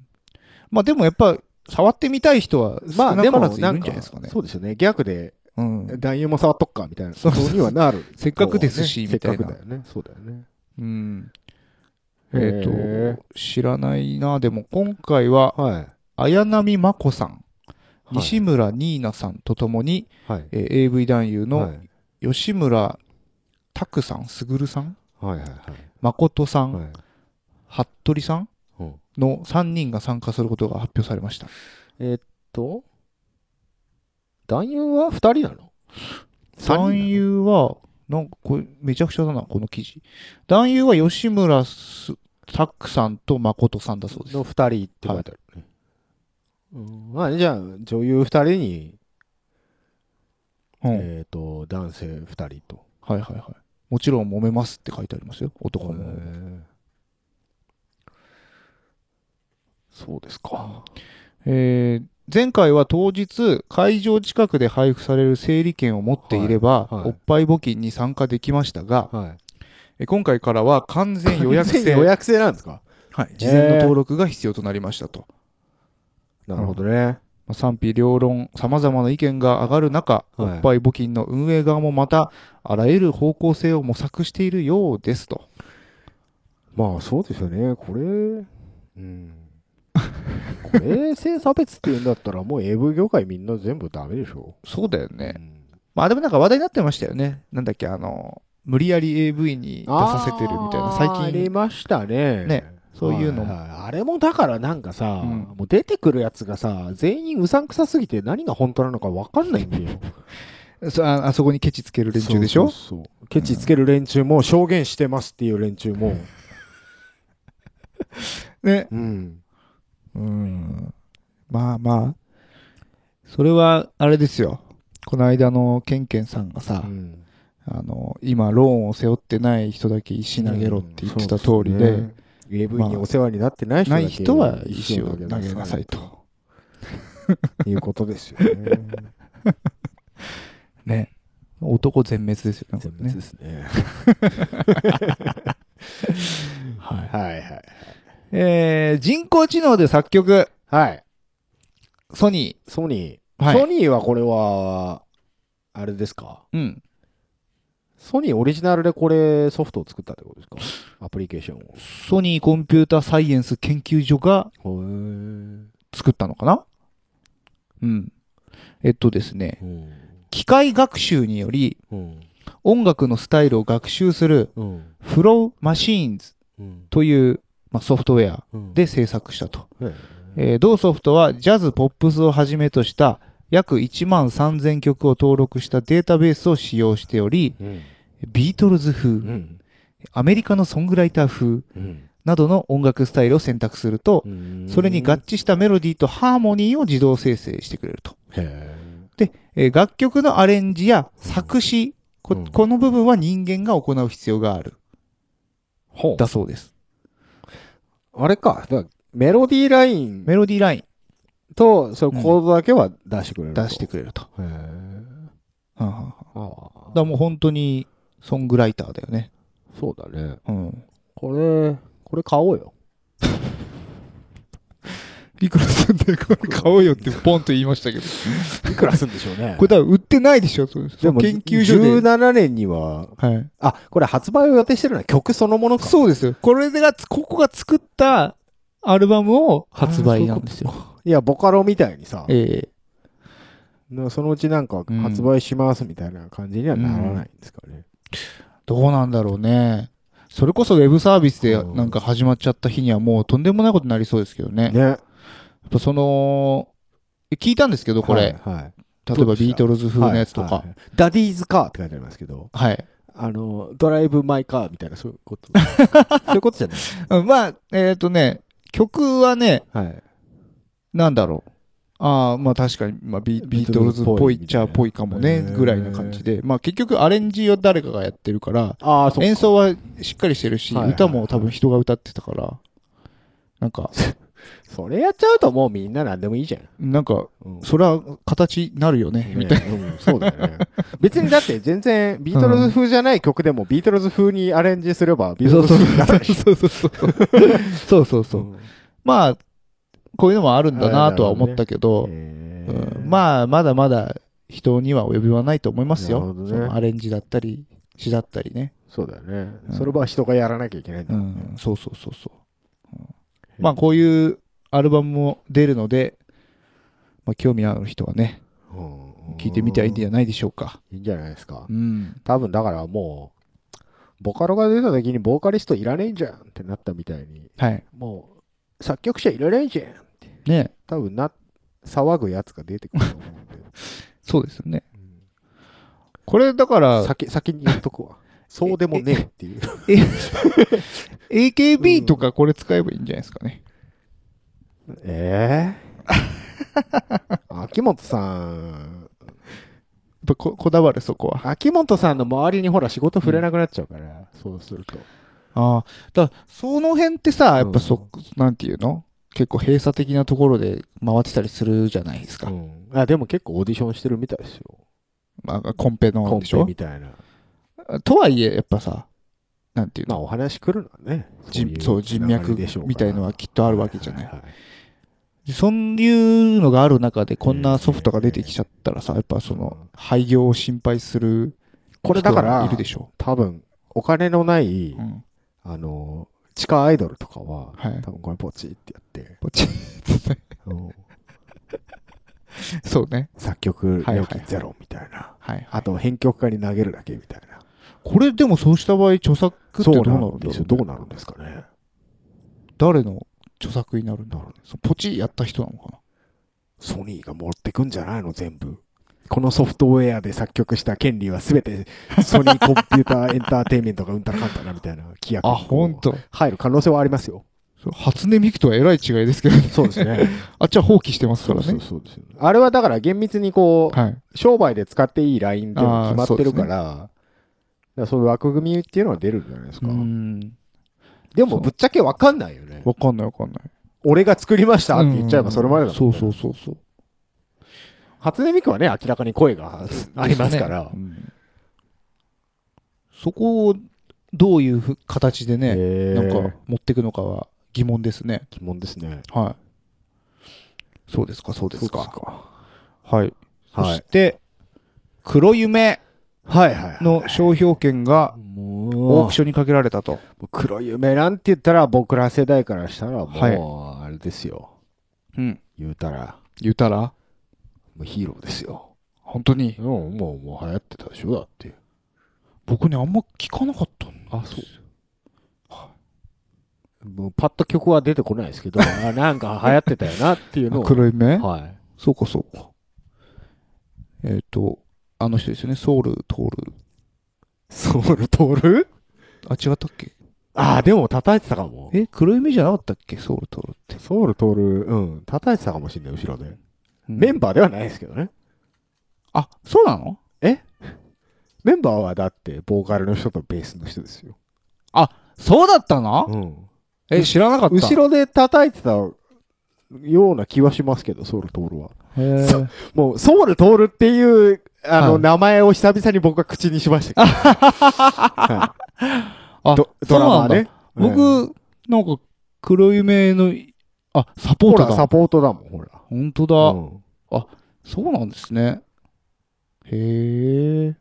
まあでもやっぱ、触ってみたい人はま少あなでかもらずいなるんんじかゃないですかね。そうですよね。ギャグでうん。男優も触っとくかみたいなことにはなる。せっかくですこし、うねみたいせっなかく。だよね。そうだよね。うん。へえっ、ーと、知らないな。でも今回は、はい。綾波真子さん。い西村ニーナさんとともに、はい。えー AV 男優はのい吉村拓さん、すぐるさん、はいはい誠さはい。はん、い服部さんうんの3人が参加することが発表されました。えーっと、男優は2人なの男優は、なんかこれめちゃくちゃだな、この記事。男優は吉村す拓さんと誠さんだそうです。の2人って書いてある。うんまあね、じゃあ、女優2人に、うん。えーっと、男性2人と。はいはいはい。もちろん揉めますって書いてありますよ、男へも。ーそうですか。えー前回は当日、会場近くで配布される整理券を持っていれば、はいはいおっぱい募金に参加できましたが、はい。え今回からは完全予約制、予約制なんですかはい、事前の登録が必要となりましたと。なるほどね。まあ賛否両論、様々な意見が上がる中、はいおっぱい募金の運営側もまた、あらゆる方向性を模索しているようですと。まあそうですよね、これ、うん。これ、性差別っていうんだったら、もう AV 業界みんな全部ダメでしょ。そうだよ ね。うんまあでもなんか話題になってましたよね。なんだっけ、あの、無理やり AV に出させてるみたいな、最あーあり近、ましたね。ねそういうのははあれもだからなんかさ、うんもう出てくるやつがさ、全員うさんくさすぎて何が本当なのか分かんないんだよ。そああそこにケチつける 連中でしそょうそうそうケチつける連中も、証言してますっていう連中も。ね。うん。うん。まあまあ。それは、あれですよ。この間のケンケンさんがさ、うんあの、今ローンを背負ってない人だけ石投げろって言ってた通りで、うんそうすね AV にお世話になってない人なだけい人は石を投げなさいと。いうことですよ ね。ね。男全滅ですよね。こ全れ滅ねですね。はい。はいはい。えー、人工知能で作曲、はい。ソニソニー。ー。ソニーはこれは、あれですかうん。ソニーオリジナルでこれソフトを作ったってことですかアプリケーションソニーコンピューターサイエンス研究所がを。へ作ったのかなうん。えっとですね、うん。機械学習によりうん。音楽のスタイルを学習するうん。フローマシーンズうん。という、まあ、ソフトウェアうんで、制作したと。ねえー同ソフトはジャズ、ポップスをはじめとした約1万3000曲を登録したデータベースを使用しており、うん。ビートルズう風、ん。アメリカのソングライター風うんなどの音楽スタイルを選択するとう、んそれに合致したメロディーとハーモニーを自動生成してくれると。へーえー楽曲のアレンジや作詞、こうんこの部分は人間が行う必要がある。ほうだそうです。あれか。だからメロディーラインメロディーライと、そのコードだけは出してくれンる。出してくくれると。れる。へーはんはんはんだかああ。らもう本当に、ソングライターだよね。そうだね。うん。これ、これ買おうよ。いくらすんだよ、これ買おうよってポンと言いましたけど。いくらすんでしょうねこれ多分売ってないでしょ、そうでも、研究所で。 17年には、はい。あ、これ発売を予定してるのは曲そのものか。そうですよ。これが、ここが作ったアルバムを発売なんですよ。いや、ボカロみたいにさ、えなそのうちなんかうん発売しますみたいな感じにはならないんですかね。えどうなんだろうね。それこそウェブサービスでうんなんか始まっちゃった日にはもうとんでもないことになりそうですけどね。やっね。ぱその、聞いたんですけど、これ。はい。はい例えばビートルズ風のやつとか。ははいい。はいダディーズカーって書いてありますけど、あの、ドライブマイカーみたいな、そういう こと。そういうことじゃない。うんまあ、えっ、とね、曲はね、はい。なんだろう。ああ、まあ確かに、まあビビートルズっぽいっちゃっぽいかもビーね、トルズっぽいみたいなぐらいな感じで。まあ結局アレンジを誰かがやってるから、ああ、そう。演奏はしっかりしてるし、はいはい歌も多分人が歌ってたから、なんか、それやっちゃうともうみんな何でもいいじゃん。なんか、うんそれは形になるよね、みたいいな、うんそうだよね。別にだって全然ビートルズ風じゃない曲でもビートルズ風にアレンジすればビーな。トルズ風になるし。そうそうそう。 そうそうそう。まあ、こういうのもあるんだなとは思ったけど、へうーんまあ、まだまだ人には及びはないと思いますなるよ。ほどねそのアレンジだったり、詩だったりね。そうだよねう。んそれは人がやらなきゃいけないんだうもん、そうそうそうそう。うんへまあ、こういうアルバムも出るので、まあ、興味ある人はね、聞いてみてはいいんじゃないでしょうか。いいんじゃないですかう。ん。多分だからもう、ボカロが出た時にボーカリストいらねえじゃんってなったみたいに、はい。もう、作曲者いらねえじゃんね多分な、騒ぐやつが出てくると思うんで。 そうですよね。これだから、先、先に言っとく わ。そうでもねえっていう。 AKB とかこれ使えばいいんじゃないですかね。 ええ秋元さん、やっぱここだわるそこは。秋元さんの周りにほら仕事触れなくなっちゃうから、そうすると。ああ。だからその辺ってさ、やっぱそ、なんていうの結構閉鎖的なところで回ってたりするじゃないですか。うんあ、でも結構オーディションしてるみたいですよ。まあ、コンペコのンでしょペみたいな。とはいえ、やっぱさ、なんていうまあの、お話来るのはね。人いそう人流脈れでしょうからみたいのはきっとあるわけじゃないはははそういうのがある中でこんなソフトが出てきちゃったらさ、やっぱその、廃業を心配するこれだから人がいるでしょ多分、お金のない、う。うん。あの、地下アイドルとかは、はい多分これポチってやって、ポチッつってうん そうね。作曲はい料はい金ゼロみたいな。はい。あと、編曲家に投げるだけみたいな。これでもそうした場合、著作ってどうなるんだろう、ね、どうなるんですかね。誰の著作になるんだろうね。そのポチやった人なのかな。ソニーが持ってくんじゃないの全部。このソフトウェアで作曲した権利は全てソニーコンピューターエンターテインメントがうんたらかんたらみたいな規約。あ、ほん。と。入る可能性はありますよ。そう初音ミクとはえらい違いですけど、そうですね。あっちは放棄してますからね。そうですよねあれはだから厳密にこう、はい。商売で使っていいラインっていうのが決まってるから、だからそういう枠組みっていうのは出るんじゃないですうか。ん。でもぶっちゃけわかんないよね。わかんないわかんない。俺が作りましたって言っちゃえばそれまでだもんねそうそうそうそう。初音ミクはね、明らかに声がありますから。うんそこをどういうふ形でね、へなーんか持っていくのかは疑問ですね。疑問ですね。はい。そうですか、そうですか。はい。そはしい。て、黒夢はいはいはい。の商標権がオーもクションにかけられたと。う、黒夢なんて言ったら僕ら世代からしたらもう、あれですよ。うん。言うたら、言うたらもうヒーローですよ。本当にうん、もう、もう流行ってたでしょだって。僕ね、あんま聞かなかったんあ、そう。もうパッと曲は出てこないですけ ど、あなんか流行ってたよなっていうのを。あ黒夢はい。そうか、そうか。えっ、と、あの人ですよね、ソウル、トール。ソウルトールあ、違ったっけああ、でも叩いてたかも。え、黒夢じゃなかったっけソウル、トールって。ソウルトール、うん、叩いてたかもしれない、後ろで。うんメンバーではないですけどね。あ、そうなのメンバーはだって、ボーカルの人とベースの人ですよ。そうだったのうん。え、知らなかった。後ろで叩いてたような気はしますけど、ソウルトールは。へーもう、ソウルトールっていう、あの、はい名前を久々に僕は口にしましたけど。はあい、ドドラマーね。そううなんだん、僕、なんか、黒夢の、あ、サポーほトら、だサ。ポートだもん、ほら。本当だ、うんそうなんですね。へえ。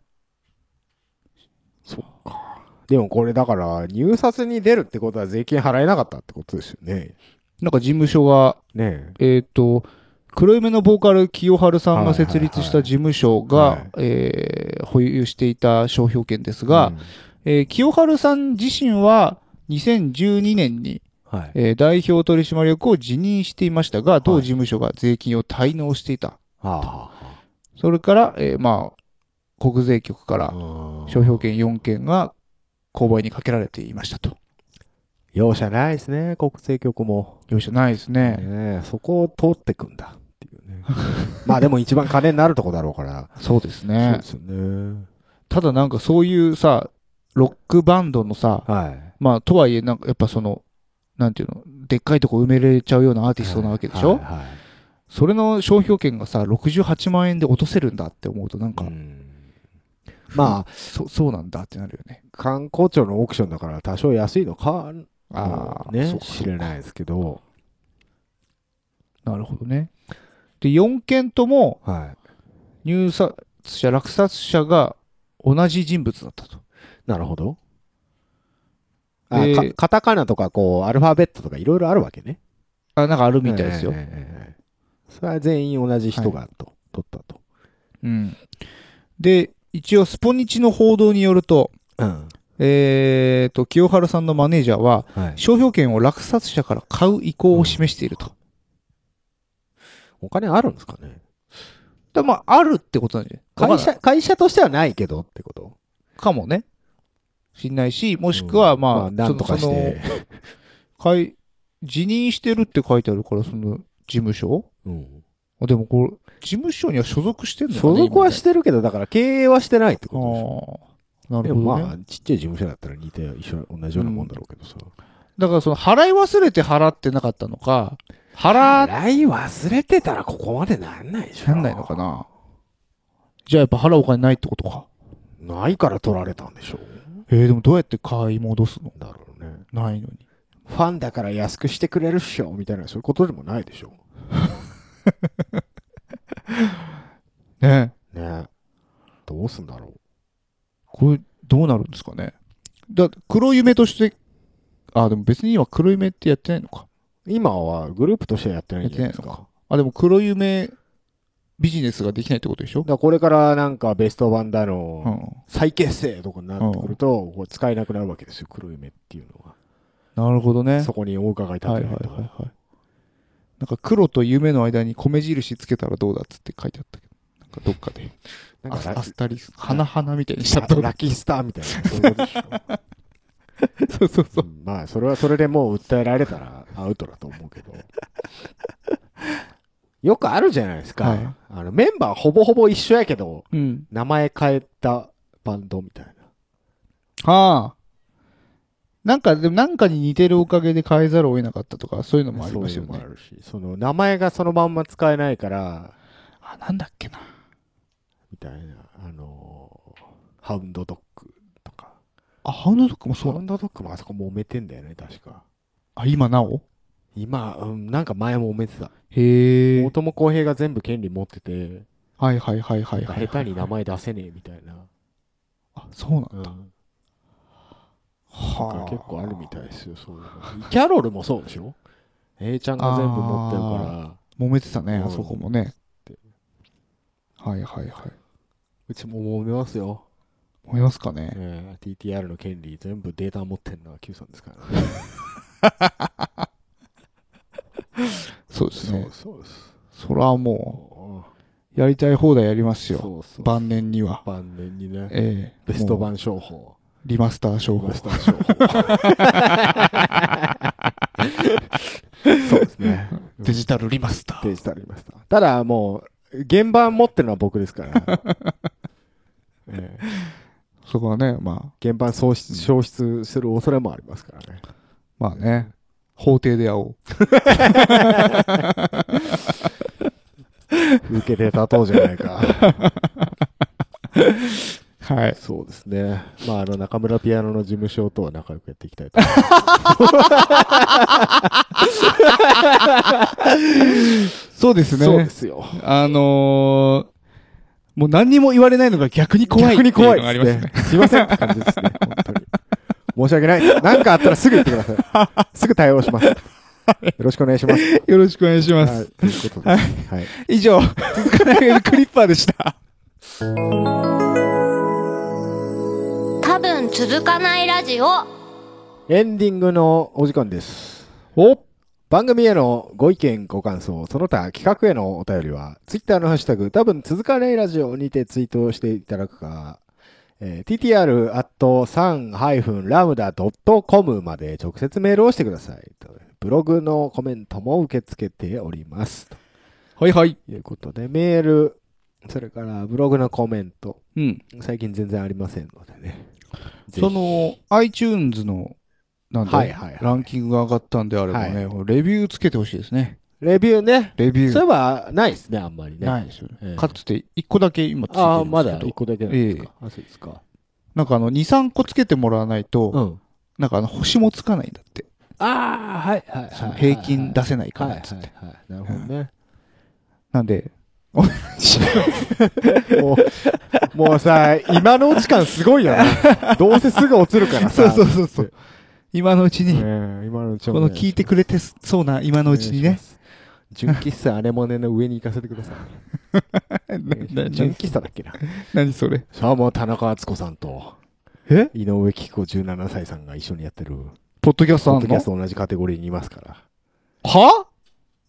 そっか。でもこれだから、入札に出るってことは税金払えなかったってことですよね。なんか事務所が、ねえ。えっ、と、黒夢のボーカル清春さんが設立した事務所が、はいはいえー保有していた商標権ですが、えー清春さん自身は2012年に、うん、はい。えー代表取締役を辞任していましたが、同事務所が税金を滞納していた。はそれから、えーまあ、国税局かあらはあ。商標権4件が購買にかけられていましたと。容赦ないですね、国税局も。容赦ないですね。ねえ、そこを通ってくんだっていうね。まあでも一番金になるとこだろうから。そうですそうねで。すよね。ただなんかそういうさ、ロックバンドのさ、はい。まあ、とはいえ、なんかやっぱその、なんていうの、でっかいとこ埋めれちゃうようなアーティストなわけでしょ、はいはいそれの商標権がさ、68万円で落とせるんだって思うと、なんか、うんまあ、そ、そうなんだってなるよね。観光庁のオークションだから多少安いのか、ああ、ねそう、か知れないですけど。なるほどね。で、4件ともは入札者、落札者が同じ人物だったと。い。なるほど。あでかカタカナとか、こう、アルファベットとかいろいろあるわけね。あ、なんかあるみたいですよ。ええええええそれは全員同じ人がと、撮ったと。うん。で、一応、スポニチの報道によると、うん。えーと、清原さんのマネージャーは、はい。商標権を落札者から買う意向を示していると。お金あるんですかねだからまあ、あるってことなんじゃない会社、会社としてはないけどってことかもね。しんないし、もしくは、うんまあ、なんとかしそのて。その会辞任してるって書いてあるから、その、事務所うんあでもこれ、事務所には所属してんのか所ね属はしてるけど、だから経営はしてないって今ことでしょ。ねあーなでるほもど、ね。まあ、ちっちゃい事務所だったら似て一緒、同じようなもんだろうけどさ。だからその、払い忘れて払ってなかったのか、払っい忘れてたらここまでなんないでしょ。なんないのかなじゃあやっぱ払うお金ないってことか。ないから取られたんでしょえー、でもどうやって買い戻すのだろうね。ないのに。ファンだから安くしてくれるっしょ、みたいな、そういうことでもないでしょ。ねえねどうすんだろう。これ、どうなるんですかね。だ、黒夢として、あ、でも別に今黒夢ってやってないのか。今はグループとしてはやってないんじゃないですか。だやってかあ、でも黒夢ビジネスができないってことでしょらこれからなんかベスト版だうの、ん。再結成とかになってくると、こう使えなくなるわけですよ、黒夢っていうのなるほどね。は。そこにお伺い立はていはいないはいとはい。なんか黒と夢の間に米印つけたらどうだっつって書いてあったけど、なんかどっか で。なんアスかアラスタリスク、花々みたいにしちゃった。ラキースターみたいな、そういうことでしょ。 そうそうそう。うんまあ、それはそれでもう訴えられたらアウトだと思うけど。よくあるじゃないですか。はいあのメンバーほぼほぼ一緒やけど、うん。名前変えたバンドみたいな。はあ。なんか、でもなんかに似てるおかげで変えざるを得なかったとか、そういうのもありそうまいすうよのもあね。るし、その名前がそのまんま使えないから、あ、なんだっけな。みたいな、あのーハウンドドッグとか。あ、ハウンドドッグもハそうなウのンドドッグもあそこ揉めてんだよね、確か。あ、今なお今、うん、なんか前も揉めてた。へえ大。友康平が全部権利持ってて、はいはいはいはいはい。下手に名。前出せねえみたいな。あ、そうなんうんだだ。からはあ。結構あるみたいですよ、そういうのキャロルもそうでしょ ?A ちゃんが全部持ってるから、揉めてたね、うんあそこもねて。はいはいはい。うちも揉めますよ。思いますかね。ええ TTR の権利、全部データ持ってるのは Q さんですからね。そうですね。そうです。そらもう、やりたい放題やりますよ。うそ晩年には。晩年にね、ええ。ベストもう版商法。リマスター商法ベ。スト版商法。そうですね。デジタルリマスター。デジタルいました。ただもう、現場持ってるのは僕ですから。ええそこはね、まあ、現場喪失、消失する恐れもありますからね。まあね、法廷で会おう。受けて立とうじゃないか。はい。 そうですね。まあ、あの、中村ピアノの事務所とは仲良くやっていきたいと思いそうですます。そうねで。すよ。あのー、もう何にも言われないのが逆に怖い。逆に怖いありますね。すいませんって感じですね。本当に。申し訳ない。何かあったらすぐ言ってください。すぐ対応します。よろしくお願いします。よろしくお願いしまはいす。。ということで。はい。以上、続かないクリッパー でした。多分続かないラジオエンディングのお時間です。お番組へのご意見、ご感想、その他企画へのお便りは、ツイッターのハッシュタグ、多分続かないラジオにてツイートしていただくか、えー ttr.san-lambda.com まで直接メールをしてください。ブログのコメントも受け付けております。とはいはい。いうことで、メール、それからブログのコメント、うん。最近全然ありませんのでね。ぜひそ、の、iTunes の、なんだ、はいはいはいランキングが上がったんであればね、レビューつけてほしいですね。レビューね。レビュそういえー。ば、ないですね、あんまりね。ないですよね。ええかつて、一個だけ今ついてあるあ、んまでだすけど1、個だけなんですか。あ、そうですか。なんかあの、2、3個つけてもらわないと、ん。なんかあの、星もつかないんだって。ああ、はいはいはいはいその平均出せないかはいはらっいつって。はい。なるほどね。なんで、 もう、もうさ、今のうち感すごいよね。 どうせすぐ落ちるからそうさ。そうそうそう。今のうちええに、今のうちこの聞いてくれてそうな今のうちにね、純喫茶アレモネの上に行かせてくださいなな純喫茶だっけな何それさあもう田中敦子さんとえ井上貴子17歳さんが一緒にやってるポッドキャストポッあドんキャのスト同じカテゴリーにいますからは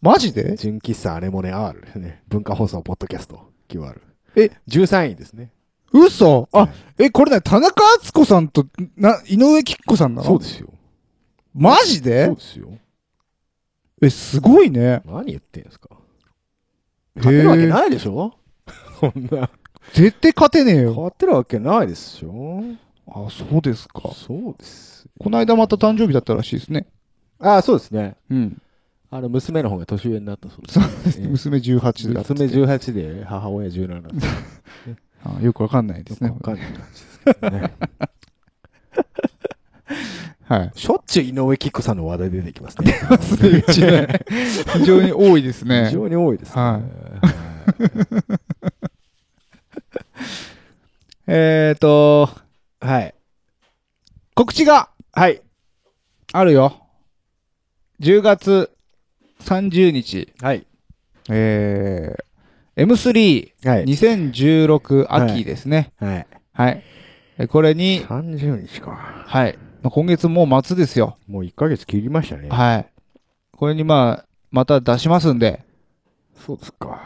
マジで純喫茶アレモネ R ですね文化放送ポッドキャスト QR え13位ですね嘘あ、え、これね、田中敦子さんと、な、井上貴子さんなのそうですよマジでそうですよえ、すごいね。何言ってんすかへ勝てるわけえ。ないでし ょこんな絶対勝てねえよ。勝てるわけないですよあ、そうですか。そうですこの間また誕生日だったらしいですね。ああそうですねうん。あの娘の方が年上になったそうですそうですね。ええ娘18だっつって娘18で母親17なんであよくわかんないですすねよ。くわかんない感じですけどね はい。しょっちゅう井上貴子さんの話題出てきますね 非常に多いですね非。常に多いですねはえーと、はい告知がはいあるよ。10月30日、はいえー、はい M32016 秋ですね。はいはい。えこれに、 30日かはい。まあ今月もう末ですよ。もう1ヶ月切りましたねはい。これにまあ、また出しますんで、そうですか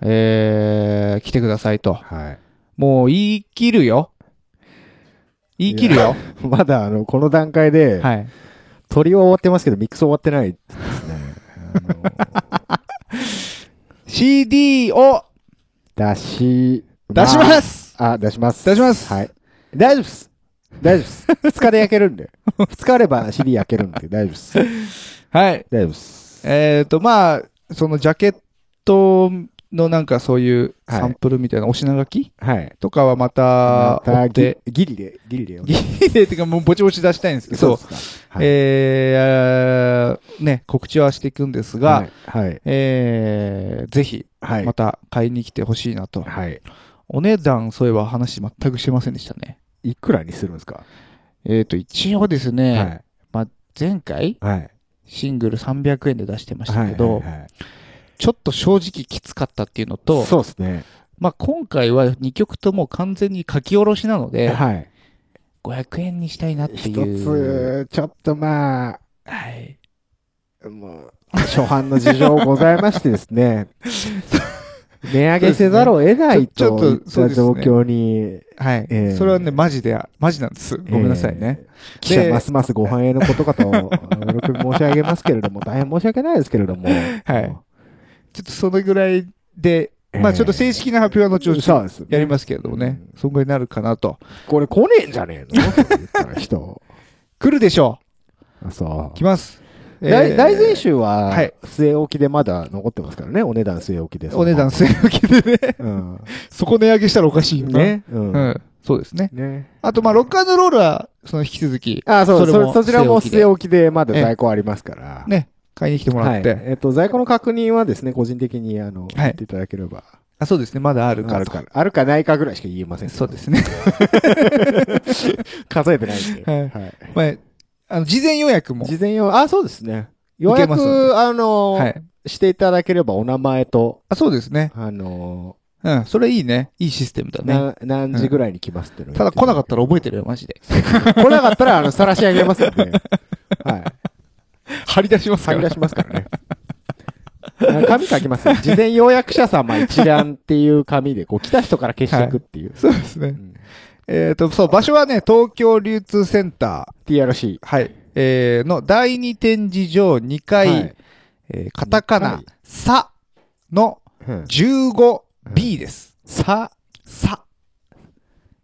えー、来てくださいと。はい もう言い切るよ。言い切るよ。まだあのこの段階ではい。撮りは終わってますけどミックス終わってないですね CD を 出し出しすます、あ、出します。出しますはい。大丈夫です。大丈夫です。 二日で焼けるんで。二日あれば尻焼けるんで、大丈夫です。大はい。丈夫です。えっ、と、まあ、そのジャケットのなんかそういうサンプルみたいなお品書きはい。とかはまた追またっギて、ギリで、ギリで。ギリでっていうかもうぼちぼち出したいんですけでど、すか。はいえー、ね、告知はしていくんですが、はいはい。えー、ぜひ、はいま。た買いに来てほしいなと。はい。お値段、そういえば話全くしてませんでしたね。いくらにするんですかえっ、と、一応ですね、はい。前回、はい。シングル300円で出してましたけど、はいはいはいちょっと正直きつかったっていうのと、そうですね。まあ、今回は2曲とも完全に書き下ろしなので、はい。 500円にしたいなって一いう。つ、ちょっとまあ、はい。もう、初版の事情ございましてです ね。値上げせざるを得ないちょといちょっっとそうたですね状況にはい。えーそれはね、マジで、マジなんです。ごめんなさいね。記者でますますご繁栄のことかと、喜び申し上げますけ れども、大変申し訳ないですけれども。はい。ちょっとそのぐらいで、まあ、ちょっと正式な発表は後ほどそうです。やりますけれどもね、そんぐらいになるかなと。これ来ねえんじゃねえのって言ったら 人。来るでしょ。あそうう来。ます。大えー大前週ははい、据え置きでまだ残ってますからね、お値段据え置きです。お値段据え置きでね、うん。そこ値上げしたらおかしいよな。ね。う。うんん。そうですね。ね。あと、まあ、ロックロールは、その引き続き、あ、そう、それもそそちらも据据ええ置きで、まだ在庫ありますから。ね、買いに来てもはらいっ。て。えっと、在庫の確認はですね、個人的に、あの、はい言っていただければ。あ、そうですね。まだあるかあらるか、あるかないかぐらいしか言えませんけどそうですね。 数えてないんで。はいはい。まあ、あの、事前予約も。事前用、あ、そうですね。予けますの約、あのー、はい。していただければお名前と、あ、そうですね。あのうん。それいいね。いいシステムだー、ね。な何時ぐらいに来ますっていうのをただ来なかったら覚えててるよ、マジで。 る。来なかったら、あの、晒し上げますんで。はい。 張り出しますか探りら。出します からね。あ紙書きますよ事前要約者様一覧っていう紙で、こう来た人から消していくっていう。そうですうね。ん えっ、と、そう、場所はね、東京流通センタ TRC。ー。はい。えー、の第二展示場2階、はいえーカタカはナい、さのうん。 15B です。さ、さ。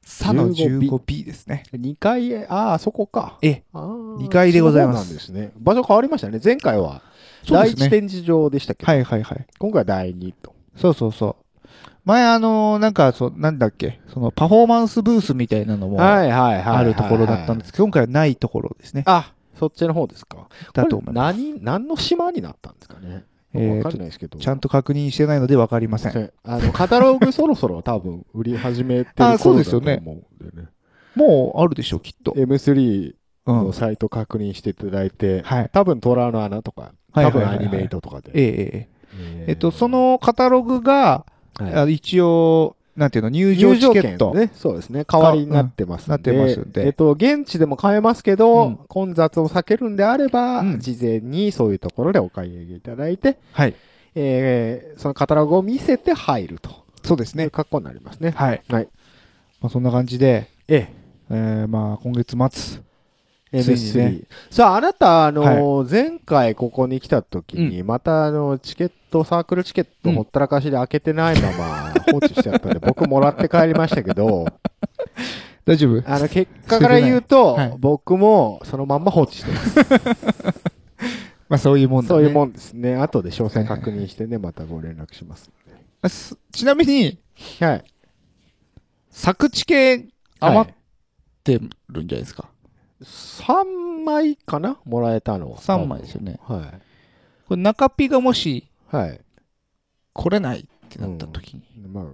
さの 15B ですね。 2階へ、ああ、そこか。え、あー二階でございまそうすなんですね。場所変わりましたね。前回は、そう第で一すね展示場でしたけど、はいはいはい。今回は第二と。そうそうそう。前あのーなんかそう、なんだっけ、そのパフォーマンスブースみたいなのもあいはいは。るところだったんですすけど、今回はないところですね。あ、そっちの方ですか。だと思います。これ何、何の島になったんですかね。えーとわかんないですけど。ちゃんと確認してないので分かりません。あの、カタログそろそろ多分売り始めてるあそうですよ頃だねと思うんでね。もうあるでしょう、きっと。 M3 うん。のはい。サイト確認していただいて、はい多分トラの穴とか、多はいはい分はアいニメイトとかで、ええええ。えっと、そのカタログが、はいあ一応、なんていうの、入場入チ場ケ券ット。ね。そうですね。代わりになってますんで。うんなってますんでえっと、現地でも買えますけど、うん混雑を避けるんであれば、うん事前にそういうところでお買い上げいただいて、はい。えーそのカタログを見せて入ると。そうですね。ね。格好になりますね。はい。はい。まあ、そんな感じで、ええー、まあ、今月末。え。ついに MS3。ねさあ、あなた、あのー前回ここに来た時に、また、あの、チケット、サークルチケットうんほったらかしで開けてないまま 放置しちゃったんで、僕もらって帰りましたけ ど、大丈夫あの、結果から言うと、捨ててないはい僕もそのまんま放置してます。まあ、そういうもんだ、そね。ういうもんですね。後で詳細確認してね、またご連絡します。あすちなみに、はい。作地系余ってるんじゃないですか。 3枚かなもらえたの。三3枚ですよね。はこれ中ピがもしい。はい。来れないってなった時に、まあ、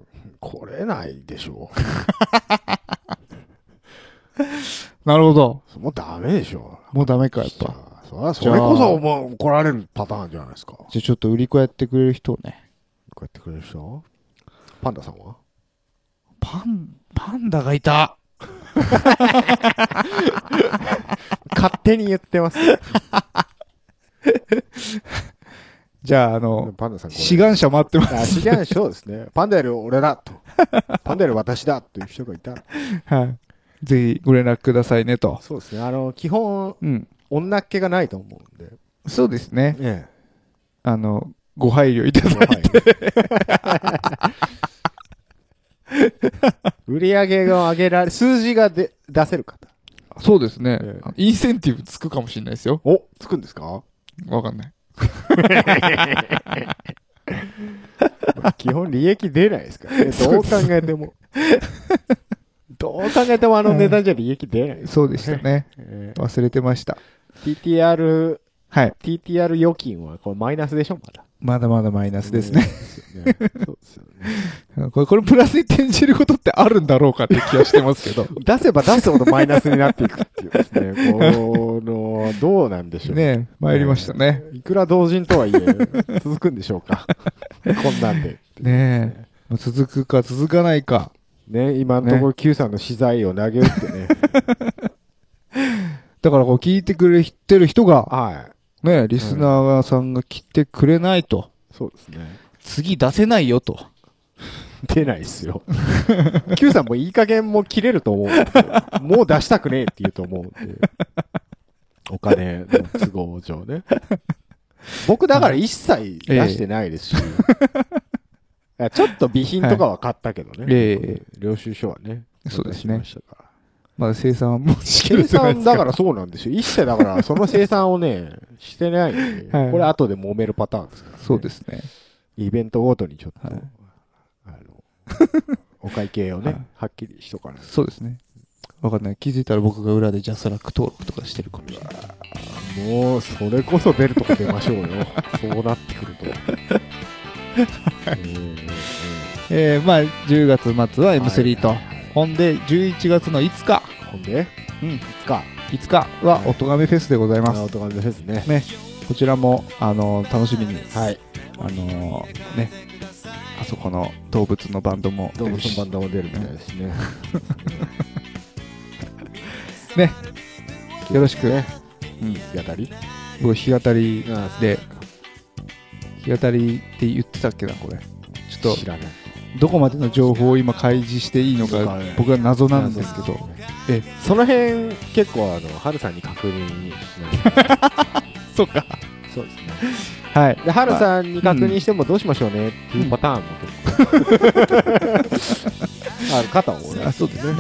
来れないでしょなるほど。う。もうダメでしょもうダメか、やっう。ぱ。そりゃそじゃあれこそもう怒られるパターンじゃないですか。こじゃあちょっと売り子やってくれる人をね。うやってくれる人パンダさんはパン、パンダがいた。勝手に言ってます。じゃあ、あの、パンダさんこれ志願者待ってます。あ、違う、そうですね。パンダより俺だと。パンダより私だという人がいた。 はい。ぜひご連絡くださいねと。そうですね。あの、基本、うん。女っ気がないと思うんで。そうですね。えあの、ご配慮いただいて。 売り上げが上げられ、数字がで出せる方。 そうですねええインセンティブつくかもしれないですよ。お、つくんですかわかんない。 基本利益出ないですからね。どう考えても。 どう考えてもあの値段じゃ利益出ないです。そうでしたね。え忘れてました。ー TTR、はい。 TTR 預金はこれマイナスでしょ、まだ。まだまだマイナスですうんね。そうですよね。そうですよね これ、これプラスに転じることってあるんだろうかって気はしてますけど。出せば出すほどマイナスになっていくっていうですね。この、どうなんでしょう。ねえ、参りましたね。いくら同人とはいえ、続くんでしょうか。こんなんで。ねえ。まあ続くか続かないか。ね、今のところ Q さんの資材を投げ打って ね。だからこう聞いてくれてる人が、はね、リスナーさんが来てくれないと、い。そうですね。次出せないよと。出ないっすよ。Q さんもいい加減もう切れると思うんで、もう出したくねえって言うと思うんで。お金の都合上ね。僕だから一切出してない ですし。いやちょっと備品とかは買ったけどね。ええ領収書はね。そうですね渡しましたからまだ生産はもうしき生るじゃないで産すか。だからそうなんですよ。一切だから、その生産をね、してないんで、 はいこれ後で揉めるパターンですから、。そうですすね。イベントごとにちょっと、はいあの、 お会計をね、ははいっきりしとかないとそうですね。わかんない。気づいたら僕が裏でジャスラック登録とかしてるかもしれない。もう、それこそ出るとこ出ましょ うよ。そうなってくると。うんえー、まあ、10月末は M3 と。はいはいはいほんで、11月の5日、ほんで、うん、か、 5日はおとがめフェスでございまアウす。トガンドですね。ね、こちらも、あの楽しみに、 はい。あのね、あそこの動物のバンドも動物のバンンドも出るみたいですね。ド。 ね、よろしく。うん、やたり僕日当たりあで日当たりって言ってたっけなこれちょっ知とらない。どこまでの情報を今開示していいのそうかかね僕は謎なんですけどえその辺結構あのハルさんに確認しない そうかそうですねはいでハルさんに確認してもどうしましょうねっていうパターンも結 構ある肩をねあそうですね、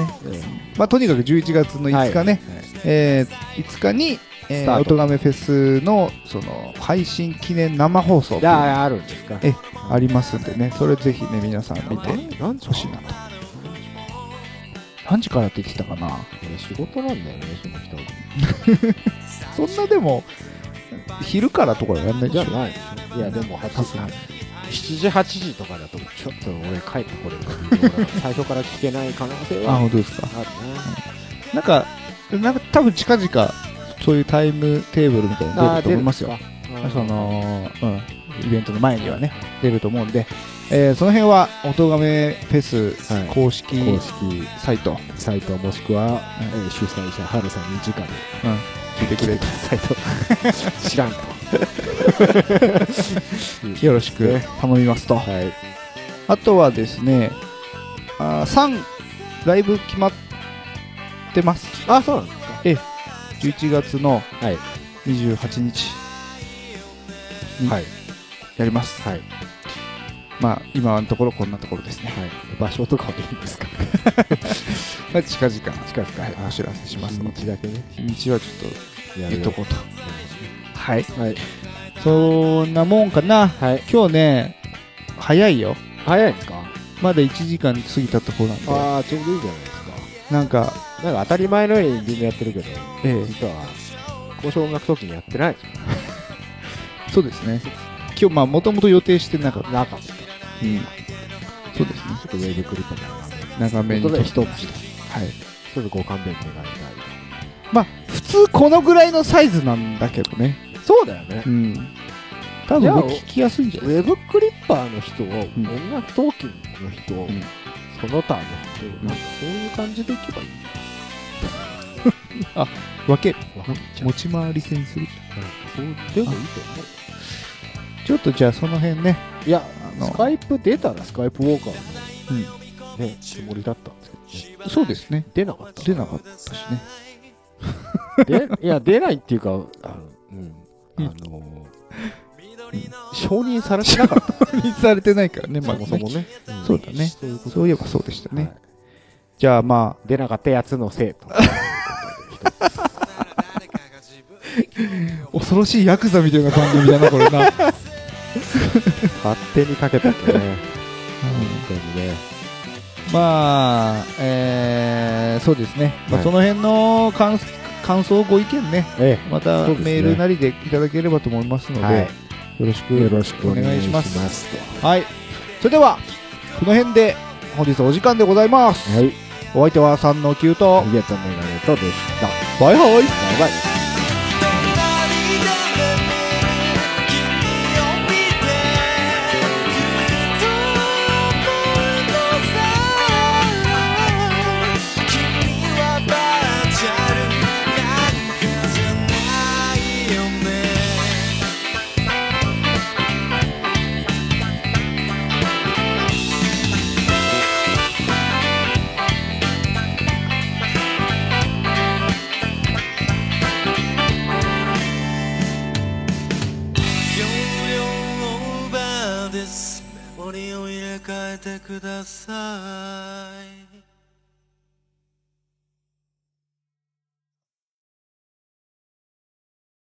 まあ、とにかく11月の5日ね、えー5日にえスーターおトとがめフェスのその配信記念生放送じゃああるんですかえありますんでねそれぜひね皆さん見て何時ほしいなと何時からって言ってたかな俺仕事なんだよねその人そんなでも昼からとかやんなじいでゃしょないでしょいやでも8さす時がに7時8時とかだとちょっと俺帰ってこれるか微妙だ から最初から聞けない可能性あはある本当ですかねなんかなんか多分近々そういうタイムテーブルみたいなの出ると思いますよあ出るんでそのうんイベントの前にはね、出ると思うんで、えーその辺は、おとがめフェス公式公式サイト、サイトもしくは、えー主催者春さんに直でうん聞いてくれたサイト 知 らんとよろしく頼みますと、はいあとはですねあ3ライブ決まってますあそうなんですか11月のはい28日はいやります、はい、はい、まあ今のところこんなところですね、場所とかはいいんですかまあ近々近々、はいお知らせしますので日だけね日にちはちょっとや言っとこうとはいはいそんなもんかな、はい今日ね早いよ早いんですかまだ1時間過ぎたところなんでああちょうどいいじゃないですかなんかなんか当たり前のようにみんなやってるけどええ実は交渉音楽時にやってないんですかそうですね今日まあもともと予定してなかった、なかったちょうん、そうですねっとウェーブクリップなんで長めに本当だよ一つはいちょっとご勘弁願いたいまあ普通このぐらいのサイズなんだけどねそうだよねうん多じ分ゃあ聞きやすいんじゃウないェブクリッパーの人を、ん音楽トーキングの人を、んその他の人、んなんかそういう感じでいけばいい分けるわかっちゃう持ち回り線するなんかそうでもいいと思ちょっとじゃあその辺ねういやあのスカイプ出たらスカイプウォーカうーの、ねつもりだったんですけどねそうですね出なか った出なかったしねでいや出ないっていうかあの、うん、あうんの承認されてなかった 見されてないからねまそあもそもね、んそうだねそういうことそういえばそうでしたね、はいじゃあま出なかったやつのせいとあ恐ろしいヤクザみたいな番組だなこれな、うん勝手にかけたん だね本当にね まあえーそうですね、まはあ、いその辺の感感想ご意見ねえまたそうですねメールなりでいただければと思いますのえで、はいよろしくよろしくおお願願いいししまますすはいそれではこの辺で本日はお時間でございます、はいお相手は三の九とありがとうメガネとでしたバイバイバイバイメモリを入れ替えてください